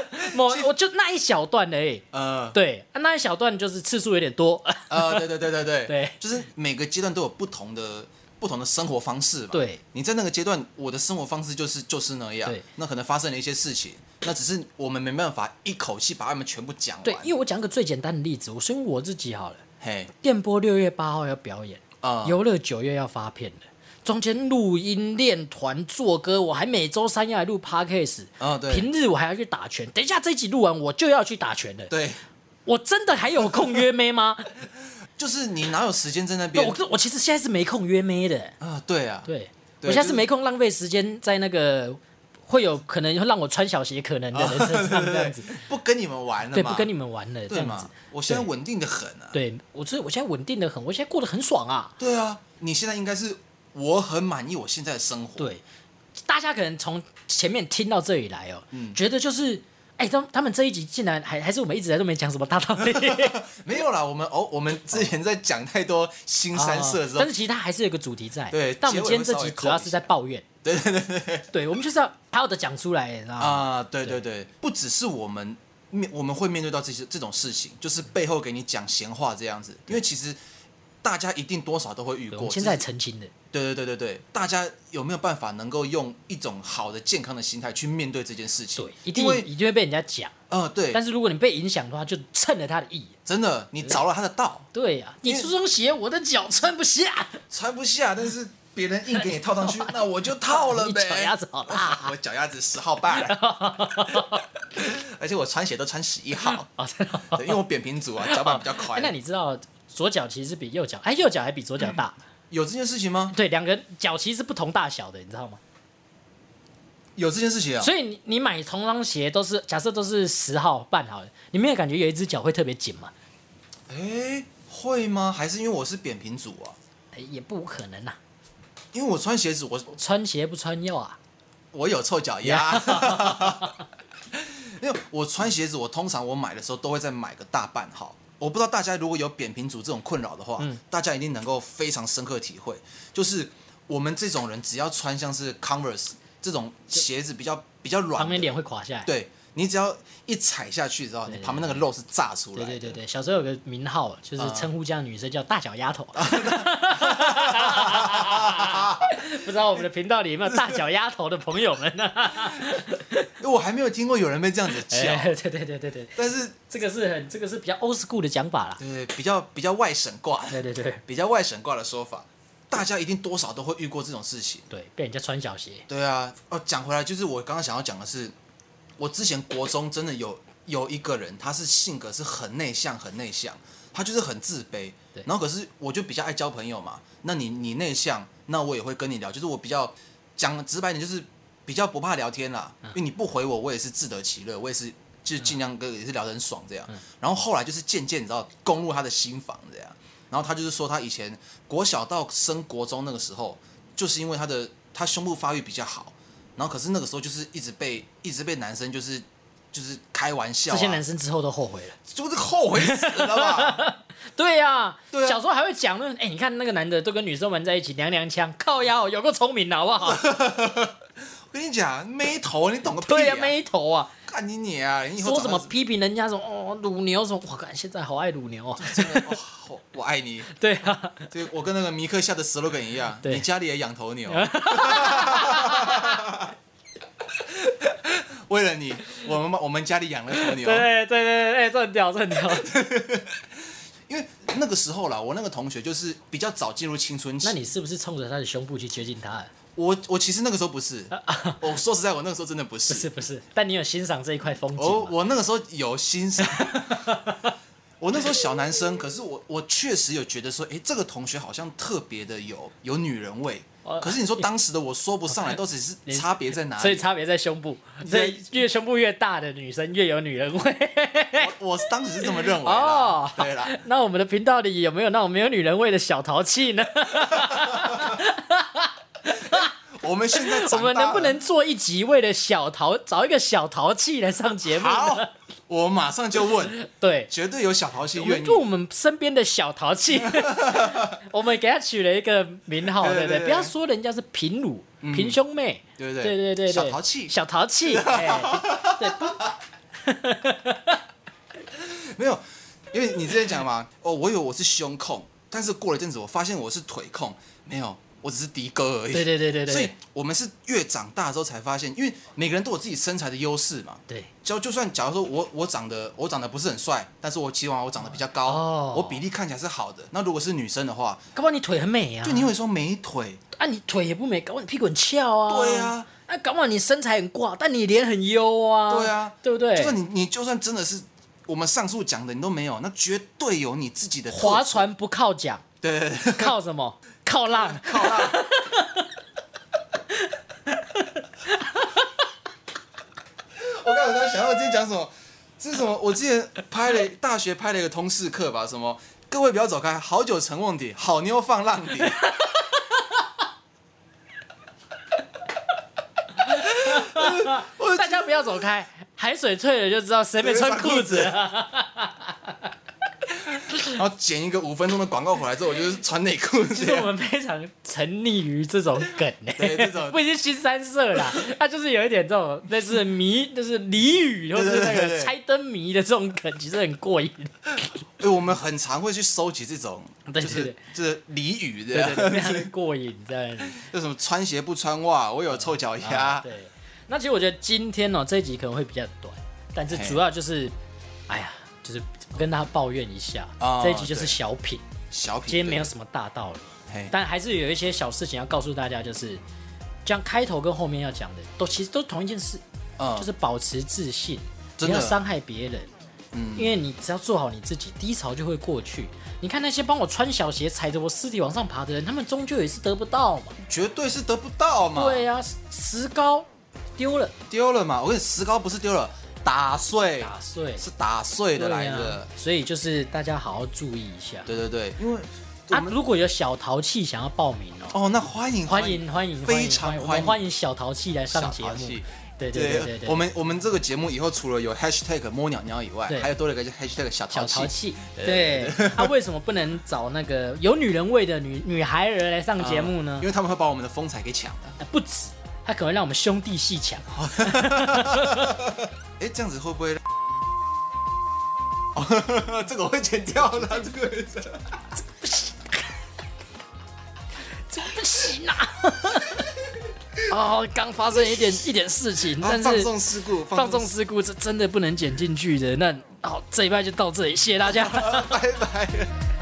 Speaker 2: 某我就那一小段而已，
Speaker 1: 呃
Speaker 2: 对，啊那一小段就是次数有点多，
Speaker 1: 呃，对对对对对
Speaker 2: 对
Speaker 1: 就是每个阶段都有不同的不同的生活方式嘛。
Speaker 2: 对，
Speaker 1: 你在那个阶段，我的生活方式就是就是那样
Speaker 2: 对。
Speaker 1: 那可能发生了一些事情，那只是我们没办法一口气把它们全部讲完。
Speaker 2: 对，因为我讲个最简单的例子，我说我自己好了，
Speaker 1: 嘿，
Speaker 2: 电波六月八号要表演，
Speaker 1: 啊、
Speaker 2: 游乐九月要发片了，中间录音、练团、做歌，我还每周三要来录 podcast，
Speaker 1: 啊、对，
Speaker 2: 平日我还要去打拳，等一下这一集录完我就要去打拳了，
Speaker 1: 对，
Speaker 2: 我真的还有空约妹 吗？
Speaker 1: 就是你哪有时间在那
Speaker 2: 对
Speaker 1: 边
Speaker 2: 我
Speaker 1: 啊、
Speaker 2: 我其实现在是没空约妹的，
Speaker 1: 对啊，
Speaker 2: 对我
Speaker 1: 对
Speaker 2: 现在
Speaker 1: 就
Speaker 2: 是
Speaker 1: 是
Speaker 2: 没空浪费时间在那个会有可能会让我穿小鞋可能的人身上 这样子，
Speaker 1: 不跟你们玩了嘛，
Speaker 2: 对，不跟你们玩了这
Speaker 1: 对
Speaker 2: 样子
Speaker 1: 嘛，，我现在
Speaker 2: 对
Speaker 1: 稳定的很啊。
Speaker 2: 对我这我现在稳定的很，我现在过得很爽啊。
Speaker 1: 对啊，你现在应该是我很满意我现在的生活。
Speaker 2: 对，大家可能从前面听到这里来哦，
Speaker 1: 嗯
Speaker 2: 觉得就是，哎、他他们这一集竟然还还是我们一直在都没讲什么大道理，
Speaker 1: 没有啦，我们哦，我们之前在讲太多新 三色之
Speaker 2: 啊
Speaker 1: 后
Speaker 2: 但，是其实它还是有一个主题在。
Speaker 1: 对
Speaker 2: 但我们今天这集主要是在抱怨。对对 对对，我们就是要好好的讲出来，你知道吗？
Speaker 1: 啊，对对对，不只是我们面我们会面对到这些这种事情，就是背后给你讲闲话这样子，因为其实大家一定多少都会遇
Speaker 2: 对我们
Speaker 1: 过。
Speaker 2: 现在
Speaker 1: 只是
Speaker 2: 澄清的，
Speaker 1: 对对对对对，大家有没有办法能够用一种好的健康的心态去面对这件事情？
Speaker 2: 对，一定
Speaker 1: 因为
Speaker 2: 一定会被人家讲。
Speaker 1: 呃对，
Speaker 2: 但是如果你被影响的话，就趁了他的意。
Speaker 1: 真的你着了他的道，
Speaker 2: 对呀、你
Speaker 1: 因为
Speaker 2: 出双鞋，我的脚穿不下，
Speaker 1: 穿不下，但是别人硬给你套上去，那我就套了
Speaker 2: 你
Speaker 1: 呗。
Speaker 2: 脚丫子好大。
Speaker 1: 我脚丫子十号半， 而且我穿鞋都穿十一号，
Speaker 2: 哦
Speaker 1: 对因为我扁平足啊，脚板比较
Speaker 2: 哎
Speaker 1: 宽。
Speaker 2: 那你知道左脚其实比右脚，哎，右脚还比左脚 大。
Speaker 1: 有这件事情吗？
Speaker 2: 对，两个脚其实是不同大小的，你知道吗？
Speaker 1: 有这件事情啊？
Speaker 2: 所以你你买同双鞋都是假设都是十号半好了，你没有感觉有一只脚会特别紧吗？
Speaker 1: 哎，会吗？还是因为我是扁平足啊？
Speaker 2: 哎也不可能呐、
Speaker 1: 因为我穿鞋子，我
Speaker 2: 穿鞋不穿药啊。
Speaker 1: 我有臭脚丫。 因为我穿鞋子，我通常我买的时候都会再买个大半号。我不知道大家如果有扁平足这种困扰的话，
Speaker 2: 嗯
Speaker 1: 大家一定能够非常深刻体会，就是我们这种人只要穿像是 Converse 这种鞋子比较比较软
Speaker 2: 旁
Speaker 1: 的
Speaker 2: 边，脸会垮下来。
Speaker 1: 对你只要一踩下去之后，你旁边那个肉是炸出来
Speaker 2: 对
Speaker 1: 的。
Speaker 2: 对对对，小时候有个名号，就是称呼这样的女生叫“大脚丫 头”，不知道我们的频道里有没有“大脚丫头”的朋友们呢、啊
Speaker 1: 我还没有听过有人被这样子叫，
Speaker 2: 哎对对对对对，
Speaker 1: 但是
Speaker 2: 这个是很这个是比较 old school 的讲法 啦。
Speaker 1: 对比较比较外省挂的，
Speaker 2: 对对对
Speaker 1: 比较外省挂的说法，大家一定多少都会遇过这种事情。
Speaker 2: 对，被人家穿小鞋，
Speaker 1: 对啊，哦，讲回来，就是我刚刚想要讲的是，我之前国中真的有有一个人，他是性格是很内向，很内向，他就是很自卑
Speaker 2: 对。
Speaker 1: 然后可是我就比较爱交朋友嘛，那你你内向，那我也会跟你聊，就是我比较讲直白一点，就是比较不怕聊天啦，
Speaker 2: 嗯
Speaker 1: 因为你不回我，我也是自得其乐，我也是就是尽量跟也是聊得很爽这样。
Speaker 2: 嗯
Speaker 1: 然后后来就是渐渐你知道攻入他的心房这样，然后他就是说他以前国小到升国中那个时候，就是因为他的他胸部发育比较好，然后可是那个时候就是一直被一直被男生就是就是开玩笑、
Speaker 2: 这
Speaker 1: 啊，
Speaker 2: 些男生之后都后悔了。
Speaker 1: 就是后悔死了吧？
Speaker 2: 对呀、
Speaker 1: 对啊
Speaker 2: 小时候还会讲论，哎、你看那个男的都跟女生玩在一起，娘娘腔，靠腰，有够聪明的好不好？
Speaker 1: 我跟你讲，妹头你懂个屁、
Speaker 2: 对呀、
Speaker 1: 呀、
Speaker 2: 妹头啊，
Speaker 1: 干你你啊！你以后
Speaker 2: 说什么
Speaker 1: 长
Speaker 2: 批评人家什么哦乳牛什么，我看现在好爱乳牛哦。
Speaker 1: 大真的哦好我爱你。
Speaker 2: 对啊，
Speaker 1: 对，我跟那个米克下的 slogan 一样，
Speaker 2: 对
Speaker 1: 你家里也养头 牛。为了你，我们我们家里养了头牛。
Speaker 2: 对对对对，这很屌，这很 屌。
Speaker 1: 因为那个时候啦，我那个同学就是比较早进入青春期。
Speaker 2: 那你是不是冲着他的胸部去接近他的？
Speaker 1: 我我其实那个时候不 是，我说实在，我那个时候真的不
Speaker 2: 不
Speaker 1: 是。
Speaker 2: 是不是，但你有欣赏这一块 风景
Speaker 1: 我
Speaker 2: 吗？
Speaker 1: 哦我那个时候有欣赏， 我那时候小男生，可是我我确实有觉得说，诶，这个同学好像特别的有有女人味
Speaker 2: 哦。
Speaker 1: 可是你说当时的我说不上来，到底是差别在哪里？
Speaker 2: 所以差别在胸部，所以越胸部越大的女生越有女人味。
Speaker 1: 我我当时是这么认为
Speaker 2: 哦
Speaker 1: 啦， 对啦，
Speaker 2: 那我们的频道里有没有那种没有女人味的小淘气呢？
Speaker 1: 我们现在
Speaker 2: 我
Speaker 1: 长大了
Speaker 2: 们能不能做一集为了小淘找一个小淘气来上节目呢？
Speaker 1: 好？我马上就问，
Speaker 2: 对，
Speaker 1: 绝对有小淘气
Speaker 2: 我
Speaker 1: 愿
Speaker 2: 们
Speaker 1: 意
Speaker 2: 做。我们身边的小 淘气， 我们给他取了一个名号，
Speaker 1: 对
Speaker 2: 对不
Speaker 1: 对
Speaker 2: 对？
Speaker 1: 对
Speaker 2: 不要说人家是平乳、平胸妹，
Speaker 1: 对
Speaker 2: 对
Speaker 1: 对
Speaker 2: 对对，
Speaker 1: 小淘气
Speaker 2: 小淘气，哎，对，不
Speaker 1: 没有，因为你之前讲嘛，哦，我以为我是胸控，但是过了一阵子，我发现我是腿控，没有，我只是的哥而已。
Speaker 2: 对对对对
Speaker 1: 所以
Speaker 2: 对，
Speaker 1: 我们是越长大之后才发现，因为每个人都有自己身材的优势嘛。
Speaker 2: 对，
Speaker 1: 就就算假如说我我长得我长得不是很帅，但是我起码我长得比较高，
Speaker 2: 哦
Speaker 1: 我比例看起来是好的。那如果是女生的话，
Speaker 2: 搞不好你腿很美啊，
Speaker 1: 就你会说美腿，
Speaker 2: 啊，你腿也不美，搞不好你屁股很翘啊，
Speaker 1: 对啊，
Speaker 2: 啊，搞不好你身材很挂，但你脸很优啊，
Speaker 1: 对啊
Speaker 2: 对不对？
Speaker 1: 就算你你就算真的是我们上述讲的你都没有，那绝对有你自己的特质
Speaker 2: 划，船不 靠桨，
Speaker 1: 对对对，
Speaker 2: 靠什么？靠浪，
Speaker 1: 靠啦，我刚才在想，我今天讲什么？这是什么？我之前拍了大学拍了一个通识课吧，什么？各位不要走开，好酒成瓮底，好妞放浪 底。
Speaker 2: 大家不要走开，海水退了就知道谁没穿 裤子啊。
Speaker 1: 然后剪一个五分钟的广告回来之后，我就是穿内裤这
Speaker 2: 其实我
Speaker 1: 样。
Speaker 2: 们非常沉溺于这种梗呢、
Speaker 1: 对这种
Speaker 2: 不一定新三色啦，它就是有一点这种类似谜，就是俚语或是那
Speaker 1: 对对对
Speaker 2: 个
Speaker 1: 对
Speaker 2: 猜灯谜的这种梗，其实很过瘾。
Speaker 1: 哎，我们很常会去收集这种，
Speaker 2: 对
Speaker 1: 就
Speaker 2: 对
Speaker 1: 是
Speaker 2: 对
Speaker 1: 就是俚语
Speaker 2: 对对对，
Speaker 1: 的，
Speaker 2: 非常的过瘾这样子。
Speaker 1: 就什么穿鞋不穿袜，我有臭脚
Speaker 2: 啊
Speaker 1: 丫。
Speaker 2: 对，那其实我觉得今天哦、这一集可能会比较短，但是主要就是，哎呀，就是跟大家抱怨一下，
Speaker 1: 哦
Speaker 2: 这一集就是
Speaker 1: 对
Speaker 2: 小品，
Speaker 1: 小品
Speaker 2: 今天没有什么大道理。
Speaker 1: 嘿
Speaker 2: 但还是有一些小事情要告诉大家，就是这样开头跟后面要讲的，都其实都同一件事，
Speaker 1: 嗯
Speaker 2: 就是保持自信，不
Speaker 1: 真
Speaker 2: 要
Speaker 1: 的
Speaker 2: 伤害别人。嗯，因为你只要做好你自己，低潮就会过去。你看那些帮我穿小鞋、踩着我尸体往上爬的人，他们终究也是得不到嘛。
Speaker 1: 绝对是得不到嘛，
Speaker 2: 对呀、石石膏丢了
Speaker 1: 丢了嘛。我跟你石膏不是丢了，打碎
Speaker 2: 打碎，
Speaker 1: 是打碎的来
Speaker 2: 对
Speaker 1: 的
Speaker 2: 啊。所以就是大家好好注意一下。
Speaker 1: 对对对，因为我
Speaker 2: 啊，
Speaker 1: 们
Speaker 2: 如果有小淘气想要报名哦，
Speaker 1: 哦，那欢迎
Speaker 2: 欢迎欢迎，
Speaker 1: 非常
Speaker 2: 欢迎我
Speaker 1: 欢
Speaker 2: 们
Speaker 1: 迎
Speaker 2: 欢迎小淘气来上
Speaker 1: 小
Speaker 2: 节
Speaker 1: 淘
Speaker 2: 目
Speaker 1: 气。
Speaker 2: 对对对对
Speaker 1: 对
Speaker 2: 对，
Speaker 1: 我们我们这个节目以后除了有 hashtag 摸鸟鸟以外
Speaker 2: 对，
Speaker 1: 还有多了一个叫 hashtag 小
Speaker 2: 小
Speaker 1: 淘
Speaker 2: 淘
Speaker 1: 气。
Speaker 2: 气，对，他为什么不能找那个有女人味的女女孩儿来上节目呢
Speaker 1: 嗯因？为他们会把我们的风采给抢的。
Speaker 2: 呃不止，他可能让我们兄弟戏哦强，
Speaker 1: 哦哎，这样子会不会让？ 哦这个我会剪掉 了，这个会剪
Speaker 2: 这不行啊！ 哦，刚发生一点一点事情，
Speaker 1: 啊
Speaker 2: 但
Speaker 1: 放
Speaker 2: 是
Speaker 1: 纵事故，
Speaker 2: 放纵 事故这真的不能剪进去的。那好，这一拜就到这里，谢谢大家。
Speaker 1: 故，拜拜。